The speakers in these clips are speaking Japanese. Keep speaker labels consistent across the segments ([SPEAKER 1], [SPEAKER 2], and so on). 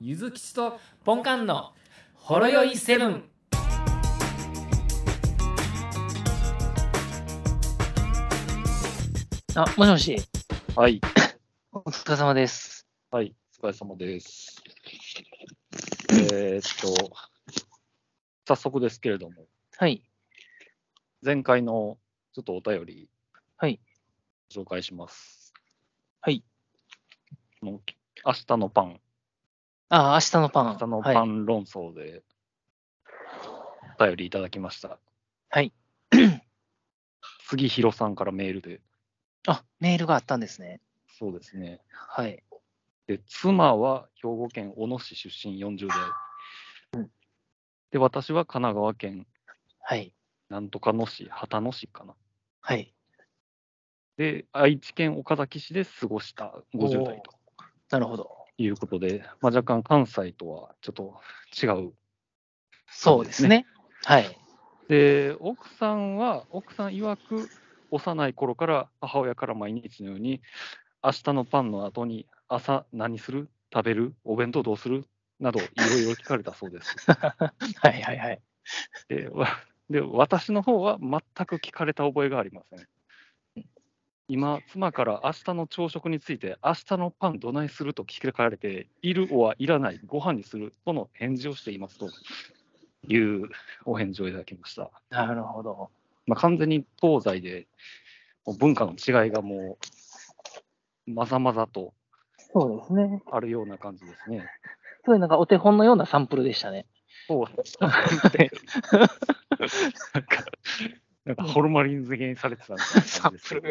[SPEAKER 1] ゆずきちとポンカンのほろよいセブン。
[SPEAKER 2] あ、もしもし。
[SPEAKER 3] はい。
[SPEAKER 2] お疲れ様です。
[SPEAKER 3] はい。お疲れ様です。えーっと、早速ですけれども、
[SPEAKER 2] はい。
[SPEAKER 3] 前回のちょっとお便り、
[SPEAKER 2] はい。
[SPEAKER 3] 紹介します。
[SPEAKER 2] はい。
[SPEAKER 3] の明日のパン、
[SPEAKER 2] あ、明日のパン。
[SPEAKER 3] 明日のパ
[SPEAKER 2] はい。
[SPEAKER 3] ン論争で、お便りいただきました。
[SPEAKER 2] はい。
[SPEAKER 3] 杉弘さんからメールで、
[SPEAKER 2] あ、メールがあったんですね。
[SPEAKER 3] そうですね。
[SPEAKER 2] はい。
[SPEAKER 3] で、妻は兵庫県小野市出身40代。で、私は神奈川県
[SPEAKER 2] はい。
[SPEAKER 3] なんとかの市、旗野市かな。
[SPEAKER 2] はい。
[SPEAKER 3] で、愛知県岡崎市で過ごした50代と
[SPEAKER 2] なるほど。
[SPEAKER 3] いうことで、まあ、若干関西とはちょっと違う。
[SPEAKER 2] そうですね。はい。
[SPEAKER 3] で、奥さんは、奥さん曰く、幼い頃から母親から毎日のように、明日のパンの後に、朝何する食べるお弁当どうするなど、いろいろ聞かれたそうです。
[SPEAKER 2] はいはいはい。
[SPEAKER 3] で、わで私の方は全く聞かれた覚えがありません。今、妻から明日の朝食について、明日のパンどないすると聞かれて、いるおはいらない、ご飯にするとの返事をしていますというお返事をいただきました。
[SPEAKER 2] なるほど。
[SPEAKER 3] まあ、完全に東西でもう文化の違いがもう、まざまざと
[SPEAKER 2] そうですね。
[SPEAKER 3] あるような感じですね。
[SPEAKER 2] すごいなんかお手本のようなサンプルでしたね。
[SPEAKER 3] そうなんか、なんかホルマリン漬けにされてたみたいな感じですけど。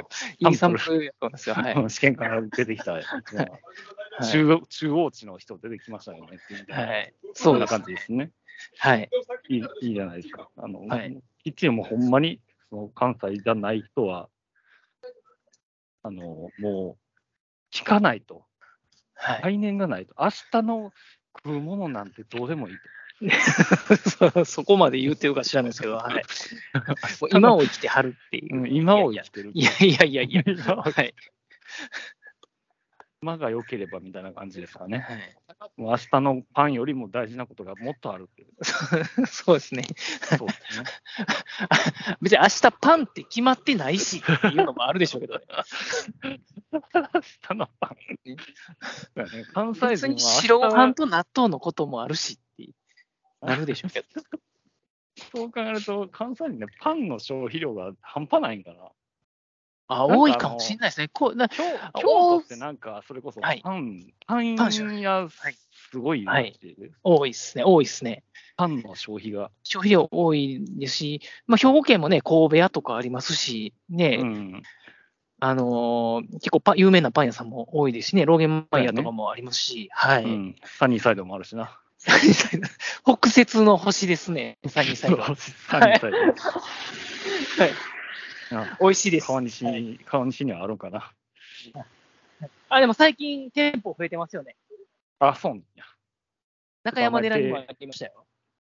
[SPEAKER 2] いいサンプルやったんですよ。はい。
[SPEAKER 3] うん試験から出てきた、
[SPEAKER 2] はい。
[SPEAKER 3] 中央中央値の人出てきましたよねっていうみたいな、
[SPEAKER 2] はい、
[SPEAKER 3] そ
[SPEAKER 2] そう
[SPEAKER 3] ん
[SPEAKER 2] で
[SPEAKER 3] な
[SPEAKER 2] す。
[SPEAKER 3] 感じですね。
[SPEAKER 2] はい。
[SPEAKER 3] いいいいじゃないですか。あの
[SPEAKER 2] はい
[SPEAKER 3] 一応もうほんまにその関西じゃない人は、あのもう聞かないと、
[SPEAKER 2] はい。
[SPEAKER 3] 概念がないと、明日の食うものなんてどうでもいいと。
[SPEAKER 2] そ そこまで言うてるか知らないですけど、 はい。もう今を生きてはるっていうう。
[SPEAKER 3] ん今を生きてる。
[SPEAKER 2] いやいやいやい や。はい。
[SPEAKER 3] 今が良ければみたいな感じですかね。
[SPEAKER 2] はい
[SPEAKER 3] もう明日のパンよりも大事なことがもっとあるっていう。
[SPEAKER 2] そうですね。
[SPEAKER 3] そうですね。
[SPEAKER 2] 別に明日パンって決まってないしっていうのもあるでしょうけ どね。
[SPEAKER 3] 下の パン。だね関西
[SPEAKER 2] 別
[SPEAKER 3] 人
[SPEAKER 2] に
[SPEAKER 3] は
[SPEAKER 2] 白ご
[SPEAKER 3] 明日は
[SPEAKER 2] 飯と納豆のこともあるしってなるでしょうけど。
[SPEAKER 3] そう考えると、関西人ね、パンの消費量が半端ないんかな。
[SPEAKER 2] あ、多いかもしれないですね。こうな
[SPEAKER 3] 京
[SPEAKER 2] 京
[SPEAKER 3] 京都ってなんか、それこそパ
[SPEAKER 2] はい
[SPEAKER 3] ン、パン
[SPEAKER 2] パン消費
[SPEAKER 3] 屋すごい
[SPEAKER 2] はい
[SPEAKER 3] 街で
[SPEAKER 2] 多いですね、多いですね。
[SPEAKER 3] パンの消費が。
[SPEAKER 2] 消費量多いですし、まあ、兵庫県もね、神戸屋とかありますし、ね、
[SPEAKER 3] うん
[SPEAKER 2] あのー結構パン有名なパン屋さんも多いですしね、ローゲンパン屋とかもありますし、は
[SPEAKER 3] う
[SPEAKER 2] い。
[SPEAKER 3] んサニーサイドもあるしな。
[SPEAKER 2] 北節の星ですね、 サニーサイド。
[SPEAKER 3] そうサニーサイド。
[SPEAKER 2] はい
[SPEAKER 3] あ
[SPEAKER 2] 美味しいです。
[SPEAKER 3] 川西に、川西にはあるんかな。
[SPEAKER 2] あ、でも最近店舗増えてますよね。
[SPEAKER 3] あ、そうなんや。
[SPEAKER 2] 中山寺にもありましたよ。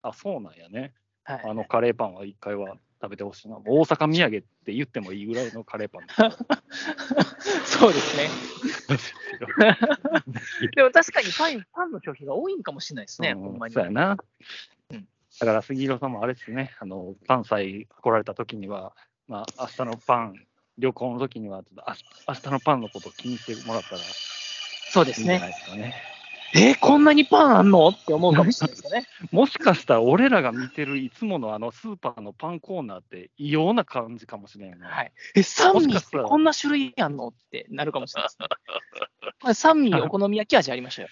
[SPEAKER 3] あ、そうなんやね。
[SPEAKER 2] はい。
[SPEAKER 3] あのカレーパンは一回は食べてほしいな。大阪土産って言ってもいいぐらいのカレーパンですよ。
[SPEAKER 2] そうです ね。でも確かにパンパンの消費が多いんかもしれない ですね、
[SPEAKER 3] うん
[SPEAKER 2] ほんまに
[SPEAKER 3] そう。やな。
[SPEAKER 2] うん
[SPEAKER 3] だから杉浦さんもあれですね、あの関西来られた時には、まあ明日のパン、旅行の時には、ちょっとあ明日のパンのことを気にしてもらったらい
[SPEAKER 2] そうで
[SPEAKER 3] いん
[SPEAKER 2] す
[SPEAKER 3] じゃ
[SPEAKER 2] ね。
[SPEAKER 3] ないですかね。
[SPEAKER 2] えーこんなにパンあんのって思うかもしれないですよね。
[SPEAKER 3] もしかしたら俺らが見てるいつものあのスーパーのパンコーナーって異様な感じかもしれんよね。
[SPEAKER 2] はい、え、三
[SPEAKER 3] もし
[SPEAKER 2] 味
[SPEAKER 3] か
[SPEAKER 2] っ
[SPEAKER 3] した
[SPEAKER 2] て
[SPEAKER 3] ら
[SPEAKER 2] こんな種類あんのってなるかもしれないですね。これ三味お好み焼き味ありましたよ。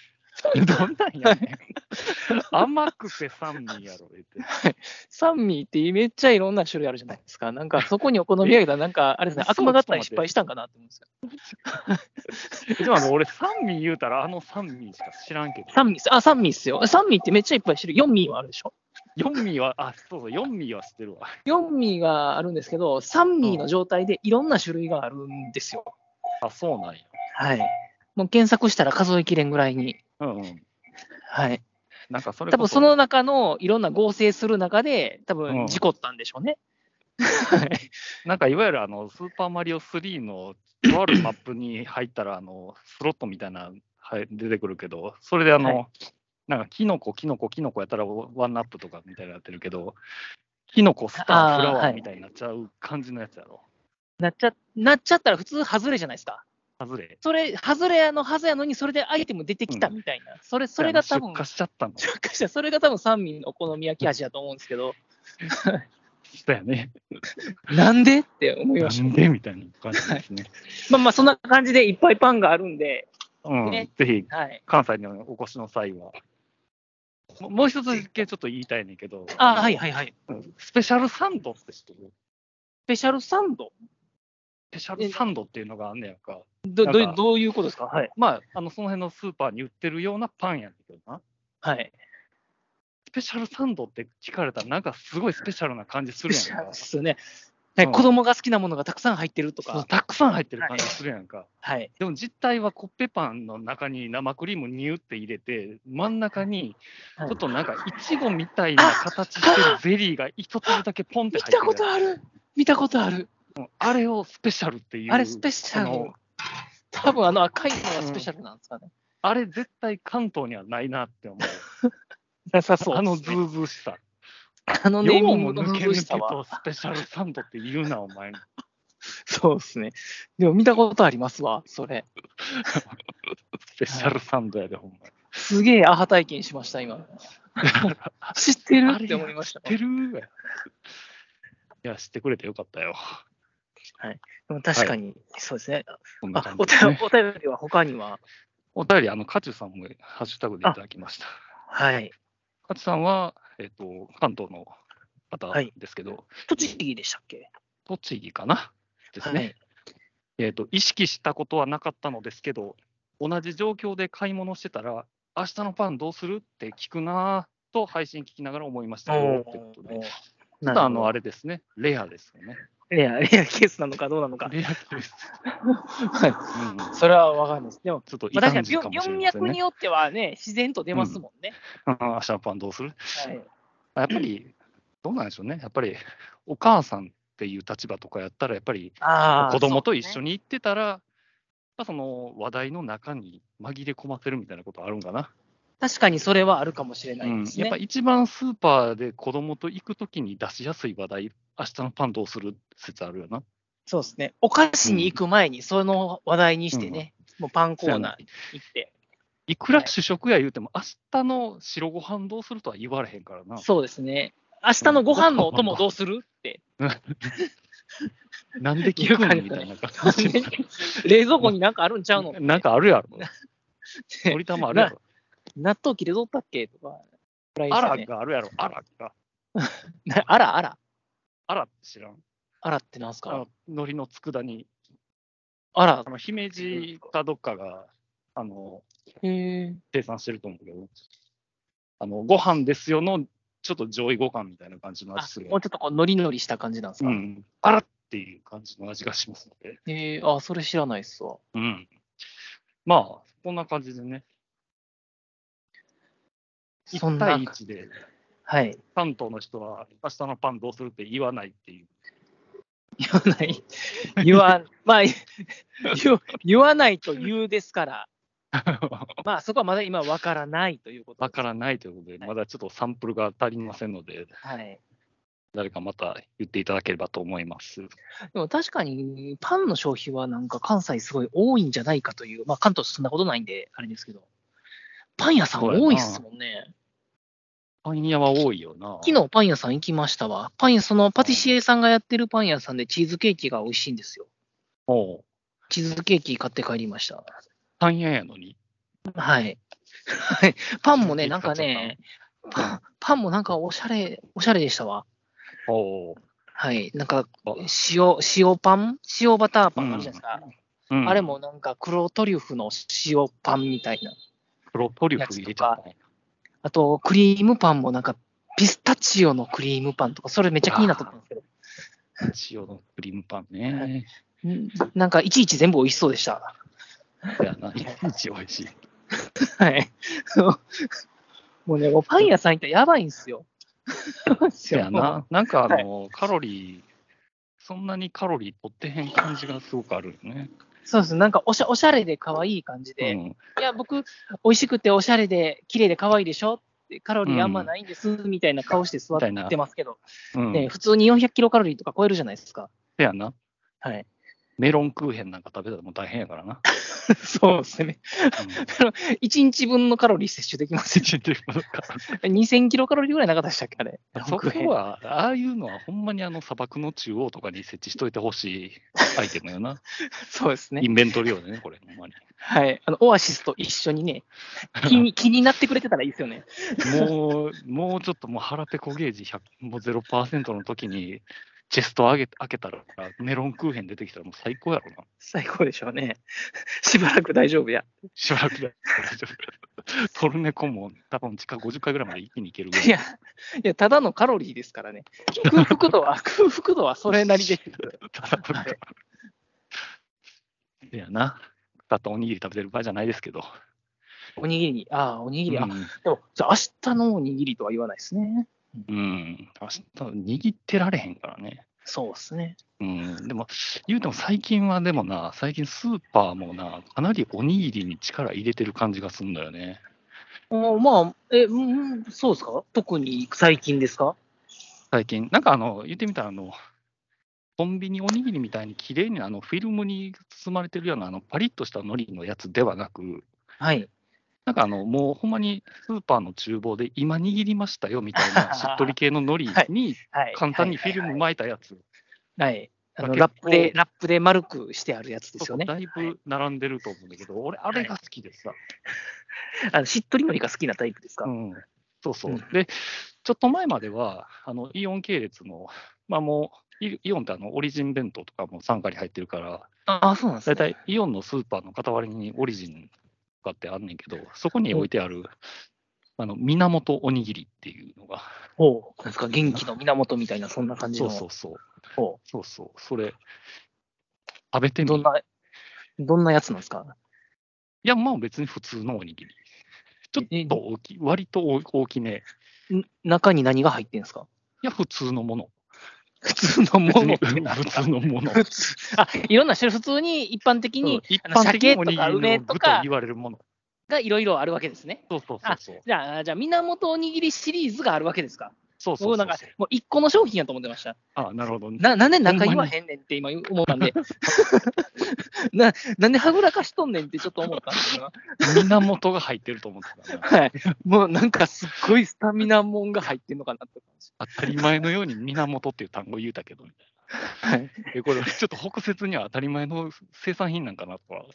[SPEAKER 3] どんなんやねん。甘くて酸味やろ、言って。
[SPEAKER 2] 三味ってめっちゃいろんな種類あるじゃないですか。なんかそこにお好み焼きだ、なん かあれですね、
[SPEAKER 3] え
[SPEAKER 2] 悪魔合体失敗したんかなって思うんですよ。
[SPEAKER 3] でもあの俺、酸味言うたらあの酸味しか知らんけど。
[SPEAKER 2] 三味っす、あ、三味っすよ。三味ってめっちゃいっぱい種類、四味はあるでしょ。
[SPEAKER 3] 四味は、あ、そうそう、四味は知ってるわ。
[SPEAKER 2] 四味があるんですけど、三味の状態でいろんな種類があるんですよ。
[SPEAKER 3] あ、そうなんや。
[SPEAKER 2] はい。もう検索したら数えきれんぐらいに。
[SPEAKER 3] うんうん。
[SPEAKER 2] はい。
[SPEAKER 3] なんかそれ
[SPEAKER 2] 多
[SPEAKER 3] こ
[SPEAKER 2] 分その中のいろんな合成する中で、多
[SPEAKER 3] うん
[SPEAKER 2] 分事故ったんでしょうね。
[SPEAKER 3] なんかいわゆるあのスーパーマリオ3のとあるマップに入ったらあのスロットみたいな、はい、出てくるけど、それであの、
[SPEAKER 2] は
[SPEAKER 3] なんか、キノコ、キノコ、キノコやったらワンナップとかみたいになってるけど、キノコ、スター、
[SPEAKER 2] あー
[SPEAKER 3] フラワ
[SPEAKER 2] は
[SPEAKER 3] ー
[SPEAKER 2] い
[SPEAKER 3] みたいになっちゃう感じのやつやろ。
[SPEAKER 2] なっちゃ、なっちゃったら普通、外れじゃないですか。
[SPEAKER 3] 外れ。
[SPEAKER 2] それ、外れのはずやのに、それでアイテム出てきたみたいな。それ、それが多分
[SPEAKER 3] 出、荷しちゃったの。
[SPEAKER 2] 出荷したそれが多分三味のお好み焼き味だと思うんですけど、
[SPEAKER 3] したよね。
[SPEAKER 2] なんでって思い
[SPEAKER 3] な
[SPEAKER 2] ました。
[SPEAKER 3] んでみたいな感じですね。
[SPEAKER 2] まあまあ、そんな感じでいっぱいパンがあるんで、
[SPEAKER 3] うん、
[SPEAKER 2] ね
[SPEAKER 3] ぜひ、
[SPEAKER 2] はい。
[SPEAKER 3] 関西にお越しの際は。ももう一つだけちょっと言いたいねんけど、
[SPEAKER 2] あ、はいはいはい。
[SPEAKER 3] うんスペシャルサンドって知ってる
[SPEAKER 2] スペシャルサンド
[SPEAKER 3] スペシャルサンドっていうのがあんねやんか。
[SPEAKER 2] ど
[SPEAKER 3] なんか
[SPEAKER 2] どうどういうことですかはい。
[SPEAKER 3] まあ、あのその辺のスーパーに売ってるようなパンやねんけどな。
[SPEAKER 2] はい。
[SPEAKER 3] スペシャルサンドって聞かれたら、なんかすごいスペシャルな感じするやんか。
[SPEAKER 2] ですよね。なんか子供が好きなものがたくさん入ってると
[SPEAKER 3] そう
[SPEAKER 2] か。
[SPEAKER 3] たくさん入ってる感じするやんか。
[SPEAKER 2] はい。
[SPEAKER 3] でも実態はコッペパンの中に生クリームにゅって入れて、真ん中にち
[SPEAKER 2] はい
[SPEAKER 3] ょっとなんかいちごみたいな形してるゼリーが一粒だけポンって
[SPEAKER 2] 見
[SPEAKER 3] 入って
[SPEAKER 2] た
[SPEAKER 3] る
[SPEAKER 2] ことある見たことある
[SPEAKER 3] あれをスペシャルっていう。
[SPEAKER 2] あれスペシャ
[SPEAKER 3] あ
[SPEAKER 2] ル
[SPEAKER 3] の。
[SPEAKER 2] 多分あの赤いのがスペシャルなんですかね。
[SPEAKER 3] あれ絶対関東にはないなって 思う。
[SPEAKER 2] なさ
[SPEAKER 3] あ
[SPEAKER 2] あ
[SPEAKER 3] の
[SPEAKER 2] の
[SPEAKER 3] ズーズーしさ。
[SPEAKER 2] あのネーミングの
[SPEAKER 3] ようも抜け
[SPEAKER 2] 美
[SPEAKER 3] 抜
[SPEAKER 2] し
[SPEAKER 3] け
[SPEAKER 2] さは。
[SPEAKER 3] とスペシャルサンドって言うな、お前。
[SPEAKER 2] そうですね。でも見たことありますわ、それ。
[SPEAKER 3] ス ペシャルサンドやで、ほんま。
[SPEAKER 2] すげえアハ体験しました、 今。知ってる
[SPEAKER 3] あれ
[SPEAKER 2] って思いました。
[SPEAKER 3] 知ってるやいや、知ってくれてよかったよ。
[SPEAKER 2] でも確かに、そうですね。
[SPEAKER 3] こんな
[SPEAKER 2] あ
[SPEAKER 3] 感
[SPEAKER 2] お
[SPEAKER 3] じで
[SPEAKER 2] た
[SPEAKER 3] すね
[SPEAKER 2] お便りは他には、
[SPEAKER 3] お便り、あの、カチュさんもハッシュタグでいただきました。
[SPEAKER 2] はい。
[SPEAKER 3] カチュさんは、えっ、と、関東の方
[SPEAKER 2] はい
[SPEAKER 3] ですけど、
[SPEAKER 2] 栃木でしたっけ
[SPEAKER 3] 栃木かなですね。
[SPEAKER 2] はい
[SPEAKER 3] えっ、と、意識したことはなかったのですけど、同じ状況で買い物してたら、明日のパンどうするって聞くなぁと配信聞きながら思いましたよってことで、ちょっとあの、あ
[SPEAKER 2] れ
[SPEAKER 3] れですね、レアですよね。
[SPEAKER 2] レア、レアケースなのかどうなのか。
[SPEAKER 3] レア です。
[SPEAKER 2] はい
[SPEAKER 3] うんうん、
[SPEAKER 2] それはわかんないです。でも、
[SPEAKER 3] ちょっといい
[SPEAKER 2] まあ、
[SPEAKER 3] 感
[SPEAKER 2] 確
[SPEAKER 3] じ
[SPEAKER 2] か
[SPEAKER 3] か
[SPEAKER 2] に
[SPEAKER 3] もしれ
[SPEAKER 2] 文
[SPEAKER 3] ません
[SPEAKER 2] 脈
[SPEAKER 3] ね
[SPEAKER 2] に。よってはね、自然と出ますもんね。
[SPEAKER 3] うん明日のパンどうする
[SPEAKER 2] はい、
[SPEAKER 3] あやっぱり、どうなんでしょうね。やっぱり、お母さんっていう立場とかやったら、やっぱり
[SPEAKER 2] あ
[SPEAKER 3] 子供と一緒
[SPEAKER 2] に。
[SPEAKER 3] に行ってたら、やっぱその話題の中に紛れ込ませるみたいなことあるんかな。
[SPEAKER 2] 確かにそれはあるかもしれな
[SPEAKER 3] う
[SPEAKER 2] い
[SPEAKER 3] ん
[SPEAKER 2] です
[SPEAKER 3] やっ
[SPEAKER 2] ね。
[SPEAKER 3] ぱ一番スーパーで子供と行くときに出しやすい話題、明日のパンどうする説あるよな。
[SPEAKER 2] そうですね。お菓子に行く前に、その話題にしてね、もうパンコーナー行って。
[SPEAKER 3] いくら主食や言うても、明日の白ご飯どうするとは言われへんからな。
[SPEAKER 2] そうですね。明日のご飯のお供どうするって。
[SPEAKER 3] なんで聞くんみたいな感じ。
[SPEAKER 2] 冷蔵庫になんかあるんちゃうの
[SPEAKER 3] なんかある やろ。鳥玉あるやろ。
[SPEAKER 2] 納豆切れとったっけとか。
[SPEAKER 3] あらがあるやろ。あらが。
[SPEAKER 2] なあらあら。
[SPEAKER 3] あらって知らん。
[SPEAKER 2] あらってなんす
[SPEAKER 3] あ
[SPEAKER 2] か
[SPEAKER 3] の海苔の佃煮。
[SPEAKER 2] あら
[SPEAKER 3] あ。の姫路かどっかがあの
[SPEAKER 2] へえ。
[SPEAKER 3] 生産してると思うけど、あのご飯ですよのちょっと上位互換みたいな感じの
[SPEAKER 2] あもう
[SPEAKER 3] 味す
[SPEAKER 2] ち
[SPEAKER 3] るやん
[SPEAKER 2] ょっとこうノリノリした感じなんです
[SPEAKER 3] う
[SPEAKER 2] か、
[SPEAKER 3] ん、あらっていう感じの味がしますので、
[SPEAKER 2] えー、あ、それ知らないっすわ。
[SPEAKER 3] うん、まあ、こんな感じでね、
[SPEAKER 2] そん
[SPEAKER 3] 1
[SPEAKER 2] な
[SPEAKER 3] 対1で
[SPEAKER 2] はい。
[SPEAKER 3] 関東の人は明日のパンどうするって言わないっていう、
[SPEAKER 2] 言わない。言わん、まあ、 言言わないと言うです から、まあそこはまだ今わからないということ
[SPEAKER 3] わ
[SPEAKER 2] です。
[SPEAKER 3] からないということで、まだちょっとサンプルが足りませんので、
[SPEAKER 2] はい。
[SPEAKER 3] 誰かまた言っていただければと思います。
[SPEAKER 2] でも確かに、パンの消費はなんか関西すごい多いんじゃないかという、まあ関東そんなことないんで、あれですけど、パン屋さん多いっすもんね。
[SPEAKER 3] パン屋は多いよな。
[SPEAKER 2] 昨日パン屋さん行きましたわ。パン屋、そのパティシエさんがやってるパン屋さんでチーズケーキが美味しいんですよ。
[SPEAKER 3] おう
[SPEAKER 2] チーズケーキ買って帰りました。
[SPEAKER 3] パン屋やのに。
[SPEAKER 2] はい。はいパンもね、
[SPEAKER 3] いい
[SPEAKER 2] なんかね、
[SPEAKER 3] ちゃった
[SPEAKER 2] パンパンもなんかおしゃれ、おしゃれでしたわ。
[SPEAKER 3] おう
[SPEAKER 2] はい。なんか
[SPEAKER 3] あ、
[SPEAKER 2] 塩、塩パン塩バターパンあるじゃないですか。
[SPEAKER 3] うん
[SPEAKER 2] あれもなんか黒トリュフの塩パンみたいな。
[SPEAKER 3] 黒トリュフ入れちゃったね。
[SPEAKER 2] あと、クリームパンもなんか、ピスタチオのクリームパンとか、それめっちゃ気になっとったんですけど、
[SPEAKER 3] 塩のクリームパンね。
[SPEAKER 2] はんなんかいちいち全部美味しそうでした。
[SPEAKER 3] いやな、いちいち美味しい。
[SPEAKER 2] はい。 もうね、もうパン屋さん行ったらやばいんですよ。
[SPEAKER 3] そうやな。なんかあの、カロリー、そんなにカロリー取ってへん感じがすごくあるよね。
[SPEAKER 2] そうです。なんかおしゃおしゃれで可愛い感じで、
[SPEAKER 3] うん
[SPEAKER 2] いや、僕、美味しくておしゃれで、綺麗で可愛いでしょってカロリーあんまないんです、みたいな顔して座ってますけど、
[SPEAKER 3] うん
[SPEAKER 2] ね、普通に400キロカロリーとか超えるじゃないですか。
[SPEAKER 3] せやな。
[SPEAKER 2] はい。
[SPEAKER 3] メロンクーヘンなんか食べたらもう大変やからな。
[SPEAKER 2] そうですね。1日分のカロリー摂取できますよ。2000キロカロリーぐらいなかったでしたっけあれ。
[SPEAKER 3] そこは、ああいうのはほんまにあの砂漠の中央とかに設置しといてほしいアイテムよな。
[SPEAKER 2] そうです
[SPEAKER 3] イ
[SPEAKER 2] ね。
[SPEAKER 3] ンベントリオでね、これ、ほんまに。
[SPEAKER 2] はい。あの、オアシスと一緒に ね、気に気になってくれてたらいいですよね。
[SPEAKER 3] もう、もうちょっともう腹ペコゲージ100もう0%の時に、チェスト上げ開けたら、メロンクーヘン出てきたらもう最高やろな。
[SPEAKER 2] 最高でしょうね。 しばらく大丈夫や。
[SPEAKER 3] しばらくで大丈夫。 トルネコも多分地下50回ぐらいまで一気にいけるぐら
[SPEAKER 2] いや、いや、ただのカロリーですからね。空腹度 は、空腹度はそれな りで。
[SPEAKER 3] い。せやな。だっておにぎり食べてる場合じゃないですけど。
[SPEAKER 2] おにぎりに、ああ、おにぎり、あ、
[SPEAKER 3] うん
[SPEAKER 2] でも、じゃあ明日のおにぎりとは言わないですね。
[SPEAKER 3] うん、明日握ってられへんからね。
[SPEAKER 2] そうですね。
[SPEAKER 3] うん、でも、言うても最近はでもな、最近スーパーもな、かなりおにぎりに力入れてる感じがするんだよね。
[SPEAKER 2] おまあ、え、うん、そうですか特に最近ですか
[SPEAKER 3] 最近、なんかあの、言ってみたら、あの、コンビニおにぎりみたいに綺麗にあのフィルムに包まれてるようなあのパリッとした海苔のやつではなく、
[SPEAKER 2] はい。
[SPEAKER 3] なんかあの、もうほんまにスーパーの厨房で今握りましたよみた いなしっとり系の海苔に
[SPEAKER 2] はい。
[SPEAKER 3] 簡単にフィルム巻いたやつ
[SPEAKER 2] はい。あの
[SPEAKER 3] 結構
[SPEAKER 2] ラップで、ラップで丸くしてあるやつですよね。
[SPEAKER 3] そうそうだいぶ並んでると思うんだけど、俺、あれが好きでさ、
[SPEAKER 2] あのしっとりのりが好きなタイプですか、
[SPEAKER 3] うん、そうそう、
[SPEAKER 2] うん
[SPEAKER 3] で、ちょっと前までは、あのイオン系列の、まあもう、イイオンってあのオリジン弁当とかも傘下に入ってるから、
[SPEAKER 2] ああ、そうなんです
[SPEAKER 3] 大
[SPEAKER 2] ね。
[SPEAKER 3] 体イオンのスーパーの傍らにオリジンとかってあんねんけど、そこに置いてある、あの源おにぎりっていうのが、
[SPEAKER 2] ほう。なんですか元気の源みたいな、そんな感じ
[SPEAKER 3] そ
[SPEAKER 2] の。
[SPEAKER 3] うそうそう、
[SPEAKER 2] ほ
[SPEAKER 3] そうそう、それ、食べて
[SPEAKER 2] う
[SPEAKER 3] み
[SPEAKER 2] どんな、どんなやつなんですか
[SPEAKER 3] いや、まあ別に普通のおにぎり。ちょっと大きい、割と大大きめ。
[SPEAKER 2] ん中に何が入ってんですか
[SPEAKER 3] いや、普通のもの。
[SPEAKER 2] 普通の
[SPEAKER 3] 別
[SPEAKER 2] もの
[SPEAKER 3] に
[SPEAKER 2] ってなん
[SPEAKER 3] 普
[SPEAKER 2] ですか
[SPEAKER 3] 通のもの。
[SPEAKER 2] 普通 あ、いろんな種類、普通に一般的
[SPEAKER 3] うん
[SPEAKER 2] に
[SPEAKER 3] 一
[SPEAKER 2] あの
[SPEAKER 3] 般的におに
[SPEAKER 2] 鮭
[SPEAKER 3] ぎ
[SPEAKER 2] とか
[SPEAKER 3] り
[SPEAKER 2] 梅
[SPEAKER 3] の具
[SPEAKER 2] と
[SPEAKER 3] と
[SPEAKER 2] か
[SPEAKER 3] 言われるもの。
[SPEAKER 2] がいろいろあるわけですね。
[SPEAKER 3] そうそうそうそう。
[SPEAKER 2] じゃあ、じゃあ、源おにぎりシリーズがあるわけですか
[SPEAKER 3] そう
[SPEAKER 2] そ
[SPEAKER 3] そううそ
[SPEAKER 2] な
[SPEAKER 3] うん
[SPEAKER 2] か、もう一個の商品やと思ってました。
[SPEAKER 3] あなるほどね。
[SPEAKER 2] ななんで中
[SPEAKER 3] ほ
[SPEAKER 2] 言
[SPEAKER 3] んま
[SPEAKER 2] わ
[SPEAKER 3] に
[SPEAKER 2] へんねんって今思ったんで、 ななんではぐらかしとんねんってちょっと思ったんですが、
[SPEAKER 3] 源が入ってると思ってたな。
[SPEAKER 2] はい、もうなんかすっごいスタミナもんが入ってんのかなって
[SPEAKER 3] 当たり前のように源っていう単語言うたけど、みたい
[SPEAKER 2] 感じ。
[SPEAKER 3] なえこれ、ちょっと北節には当たり前の生産品なんかなとは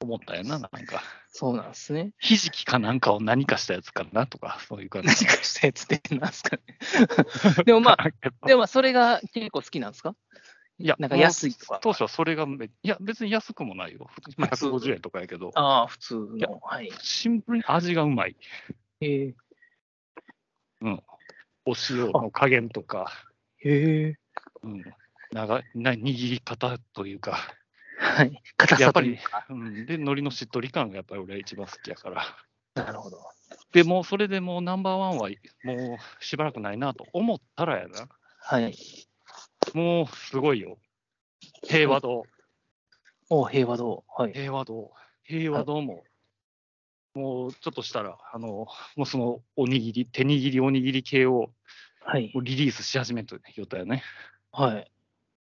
[SPEAKER 3] 思った よな。なんか、
[SPEAKER 2] そうなんですね。
[SPEAKER 3] ひじきかなんかを何かしたやつかなとか、そういう感
[SPEAKER 2] 何
[SPEAKER 3] じ。
[SPEAKER 2] かしたやつってなんです かね。でも まあ、でもまあそれが結構好きなんですか
[SPEAKER 3] いや
[SPEAKER 2] なんか安いとか
[SPEAKER 3] 当初はそれがめ、いや、別に安くもないよ。まあ
[SPEAKER 2] 普通
[SPEAKER 3] 150円とかやけど、
[SPEAKER 2] ああ、普通
[SPEAKER 3] いや
[SPEAKER 2] の。はい。
[SPEAKER 3] シンプルに味がうまい。
[SPEAKER 2] へ
[SPEAKER 3] お塩の加減とか、
[SPEAKER 2] え。
[SPEAKER 3] うん、長いな握り方というか、
[SPEAKER 2] はい。硬
[SPEAKER 3] や
[SPEAKER 2] さ
[SPEAKER 3] っぱ
[SPEAKER 2] という
[SPEAKER 3] り
[SPEAKER 2] か。、
[SPEAKER 3] うん、で、海苔のしっとり感がやっぱり俺は一番好きやから。
[SPEAKER 2] なるほど。
[SPEAKER 3] でもうそれでもうナンバーワンはもうしばらくないなと思ったらやな、
[SPEAKER 2] はい。
[SPEAKER 3] もうすごいよ。平和堂、
[SPEAKER 2] お平和堂。はい。
[SPEAKER 3] 平和堂、平和堂も、もうちょっとしたら、あの、もうそのおにぎり、手握りおにぎり系を
[SPEAKER 2] はい
[SPEAKER 3] も。うリリースし始めてよったよね。
[SPEAKER 2] はい。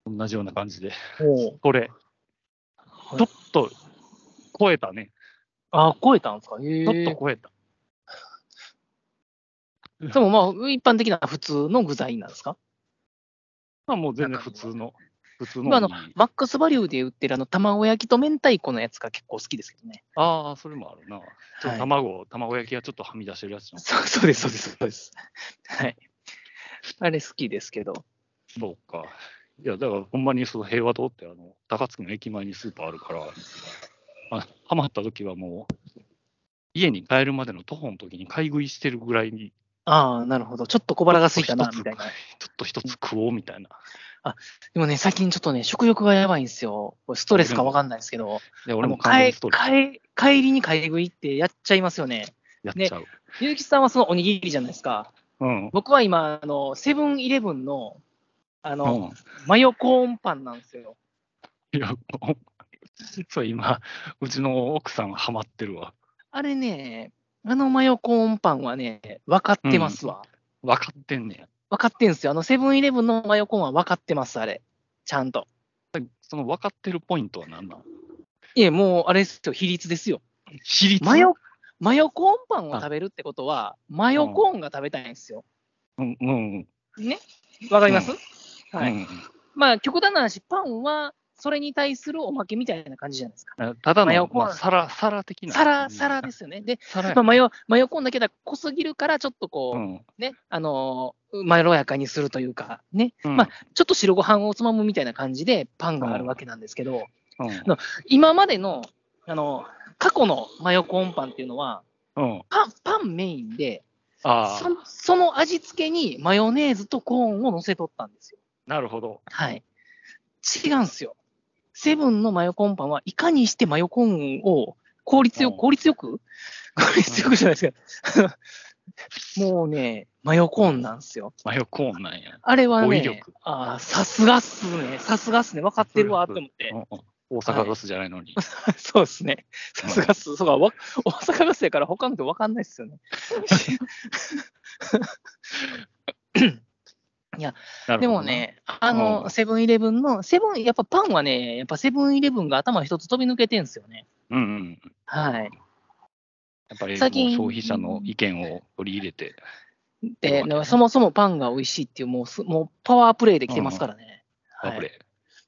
[SPEAKER 3] 同じような感じで。
[SPEAKER 2] お
[SPEAKER 3] これ、
[SPEAKER 2] い
[SPEAKER 3] ちょっと超えたね。
[SPEAKER 2] ああ、超えたんですかへ
[SPEAKER 3] ち
[SPEAKER 2] え。
[SPEAKER 3] ょっと超えた。
[SPEAKER 2] でもまあ、一般的な普通の具材なんですか
[SPEAKER 3] まあもう全然普通の、普通のおに
[SPEAKER 2] 今
[SPEAKER 3] ぎり。
[SPEAKER 2] あの、マックスバリューで売ってるあの、卵焼きと明太子のやつが結構好きですけどね。
[SPEAKER 3] ああ、それもあるな。ちょ
[SPEAKER 2] は
[SPEAKER 3] っと
[SPEAKER 2] い
[SPEAKER 3] 卵、卵焼きがちょっとはみ出してるやつじゃん。
[SPEAKER 2] そうそうです、そうです、そうです。はい。あれ好きですけど。
[SPEAKER 3] そうか。いや、だからほんまにその平和堂って、あの、高槻の駅前にスーパーあるから、あハマった時はもう、家に帰るまでの徒歩の時に買い食いしてるぐらいに、
[SPEAKER 2] ああ、なるほど。ちょっと小腹が空いたな、
[SPEAKER 3] ちょ
[SPEAKER 2] みた
[SPEAKER 3] っと一
[SPEAKER 2] い
[SPEAKER 3] つ
[SPEAKER 2] な。
[SPEAKER 3] ちょっと一つ食おうみたいな。
[SPEAKER 2] でもね、最近ちょっとね、食欲がやばいんですよ。これストレスかわかんないですけど、
[SPEAKER 3] で、
[SPEAKER 2] あ
[SPEAKER 3] 俺
[SPEAKER 2] の
[SPEAKER 3] も完全に
[SPEAKER 2] 帰
[SPEAKER 3] ストーリ
[SPEAKER 2] 帰
[SPEAKER 3] ー
[SPEAKER 2] 帰りに買い食いってやっちゃいますよね。
[SPEAKER 3] やっちゃう。
[SPEAKER 2] ゆうきさんはそのおにぎりじゃないですか。
[SPEAKER 3] うん。
[SPEAKER 2] 僕は今、あのセブンイレブンのあの、
[SPEAKER 3] うん
[SPEAKER 2] マヨコーンパンなんですよ。
[SPEAKER 3] いや、そう、今、うちの奥さんハマってるわ。
[SPEAKER 2] あれね、あのマヨコーンパンはね、分かってますわ。
[SPEAKER 3] 分かってんねや。
[SPEAKER 2] 分かってんすよ。あのセブンイレブンのマヨコーンは分かってます、あれ。ちゃんと。
[SPEAKER 3] その分かってるポイントは何なの
[SPEAKER 2] いえ、もうあれですよ、比率ですよ。
[SPEAKER 3] 比率
[SPEAKER 2] マヨ、マヨコーンパンを食べるってことは、マヨコーンが食べたいんですよ。
[SPEAKER 3] うんうん
[SPEAKER 2] ねわかります、
[SPEAKER 3] うん。
[SPEAKER 2] はい。
[SPEAKER 3] うん
[SPEAKER 2] まあ、極端な話、パンは、それに対するおまけみたいな感じじゃないですか。
[SPEAKER 3] あただ
[SPEAKER 2] マヨ
[SPEAKER 3] の、
[SPEAKER 2] コーン
[SPEAKER 3] まあ、皿、皿的な。
[SPEAKER 2] 皿、皿ですよね。で、
[SPEAKER 3] 皿や
[SPEAKER 2] まあ、マヨ、マヨコーンだけだと濃すぎるから、ちょっとこう、
[SPEAKER 3] うん
[SPEAKER 2] ね、あのーまろやかにするというか、ね、
[SPEAKER 3] うん
[SPEAKER 2] まあ、ちょっと白ご飯をつまむみたいな感じでパンがあるわけなんですけど、
[SPEAKER 3] うん
[SPEAKER 2] 今までの、あのー過去のマヨコーンパンっていうのは、
[SPEAKER 3] うん。
[SPEAKER 2] パン、パンメインで、
[SPEAKER 3] ああ、
[SPEAKER 2] そその味付けにマヨネーズとコーンを乗せとったんですよ。
[SPEAKER 3] なるほど。
[SPEAKER 2] はい。違うんですよ。セブンのマヨコーンパンはいかにしてマヨコーンを効率よ
[SPEAKER 3] う
[SPEAKER 2] く、
[SPEAKER 3] ん
[SPEAKER 2] 効率よく効率よくじゃないですか。 もうね、マヨコーンなんですよ。
[SPEAKER 3] マヨコーンなんや。
[SPEAKER 2] あれは
[SPEAKER 3] 語彙
[SPEAKER 2] ね
[SPEAKER 3] 力、
[SPEAKER 2] あーさすがっすね、さすがっすね、分かってるわって思って
[SPEAKER 3] う。んうん大阪ガスじゃないのに。
[SPEAKER 2] そうですね、さすがっす、そうか、わ大阪ガスやから他の人分かんないっすよ ね。
[SPEAKER 3] なるほどな
[SPEAKER 2] でも、ね、あ
[SPEAKER 3] う
[SPEAKER 2] の、
[SPEAKER 3] ん
[SPEAKER 2] セブンイレブンの、セブン、やっぱパンはね、やっぱセブンイレブンが頭一つ飛び抜けてんすよね。
[SPEAKER 3] うんうん、
[SPEAKER 2] はい。
[SPEAKER 3] やっぱり
[SPEAKER 2] 最近
[SPEAKER 3] もう消費者の意見を取り入れて、そう
[SPEAKER 2] で、
[SPEAKER 3] だね
[SPEAKER 2] そもそもパンが美味しいっていう、もうす、もうパワープレイできてますからね。
[SPEAKER 3] あ
[SPEAKER 2] は
[SPEAKER 3] こ
[SPEAKER 2] い、
[SPEAKER 3] れ、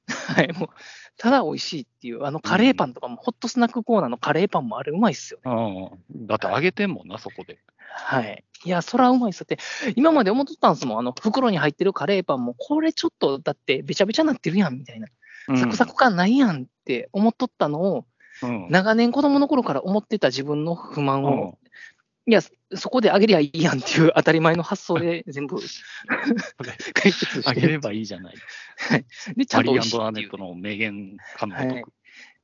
[SPEAKER 2] はい、もうただ美味しいっていう、あのカレーパンとかも、ホットスナックコーナーのカレーパンもあれうまいっすよね。
[SPEAKER 3] うん、だってあげてんもんな、そこで。
[SPEAKER 2] はい。いや、そらうまいっすよって、今まで思っとったんですもん、あの袋に入ってるカレーパンも、これちょっとだってべちゃべちゃなってるやんみたいな、サクサク感ないやんって思っとったのを、
[SPEAKER 3] うん、
[SPEAKER 2] 長年子供の頃から思ってた自分の不満
[SPEAKER 3] うん
[SPEAKER 2] を、いや、そこであげりゃいいやんっていう当たり前の発想で全部解決
[SPEAKER 3] あ
[SPEAKER 2] し
[SPEAKER 3] げ
[SPEAKER 2] て、
[SPEAKER 3] ればいいじゃない。
[SPEAKER 2] で、ちゃ
[SPEAKER 3] マ
[SPEAKER 2] んと美味
[SPEAKER 3] リー・アン
[SPEAKER 2] しい
[SPEAKER 3] ド・アー
[SPEAKER 2] って
[SPEAKER 3] ネ
[SPEAKER 2] い
[SPEAKER 3] ッ
[SPEAKER 2] う
[SPEAKER 3] トの名言かのご
[SPEAKER 2] は
[SPEAKER 3] と
[SPEAKER 2] い
[SPEAKER 3] く。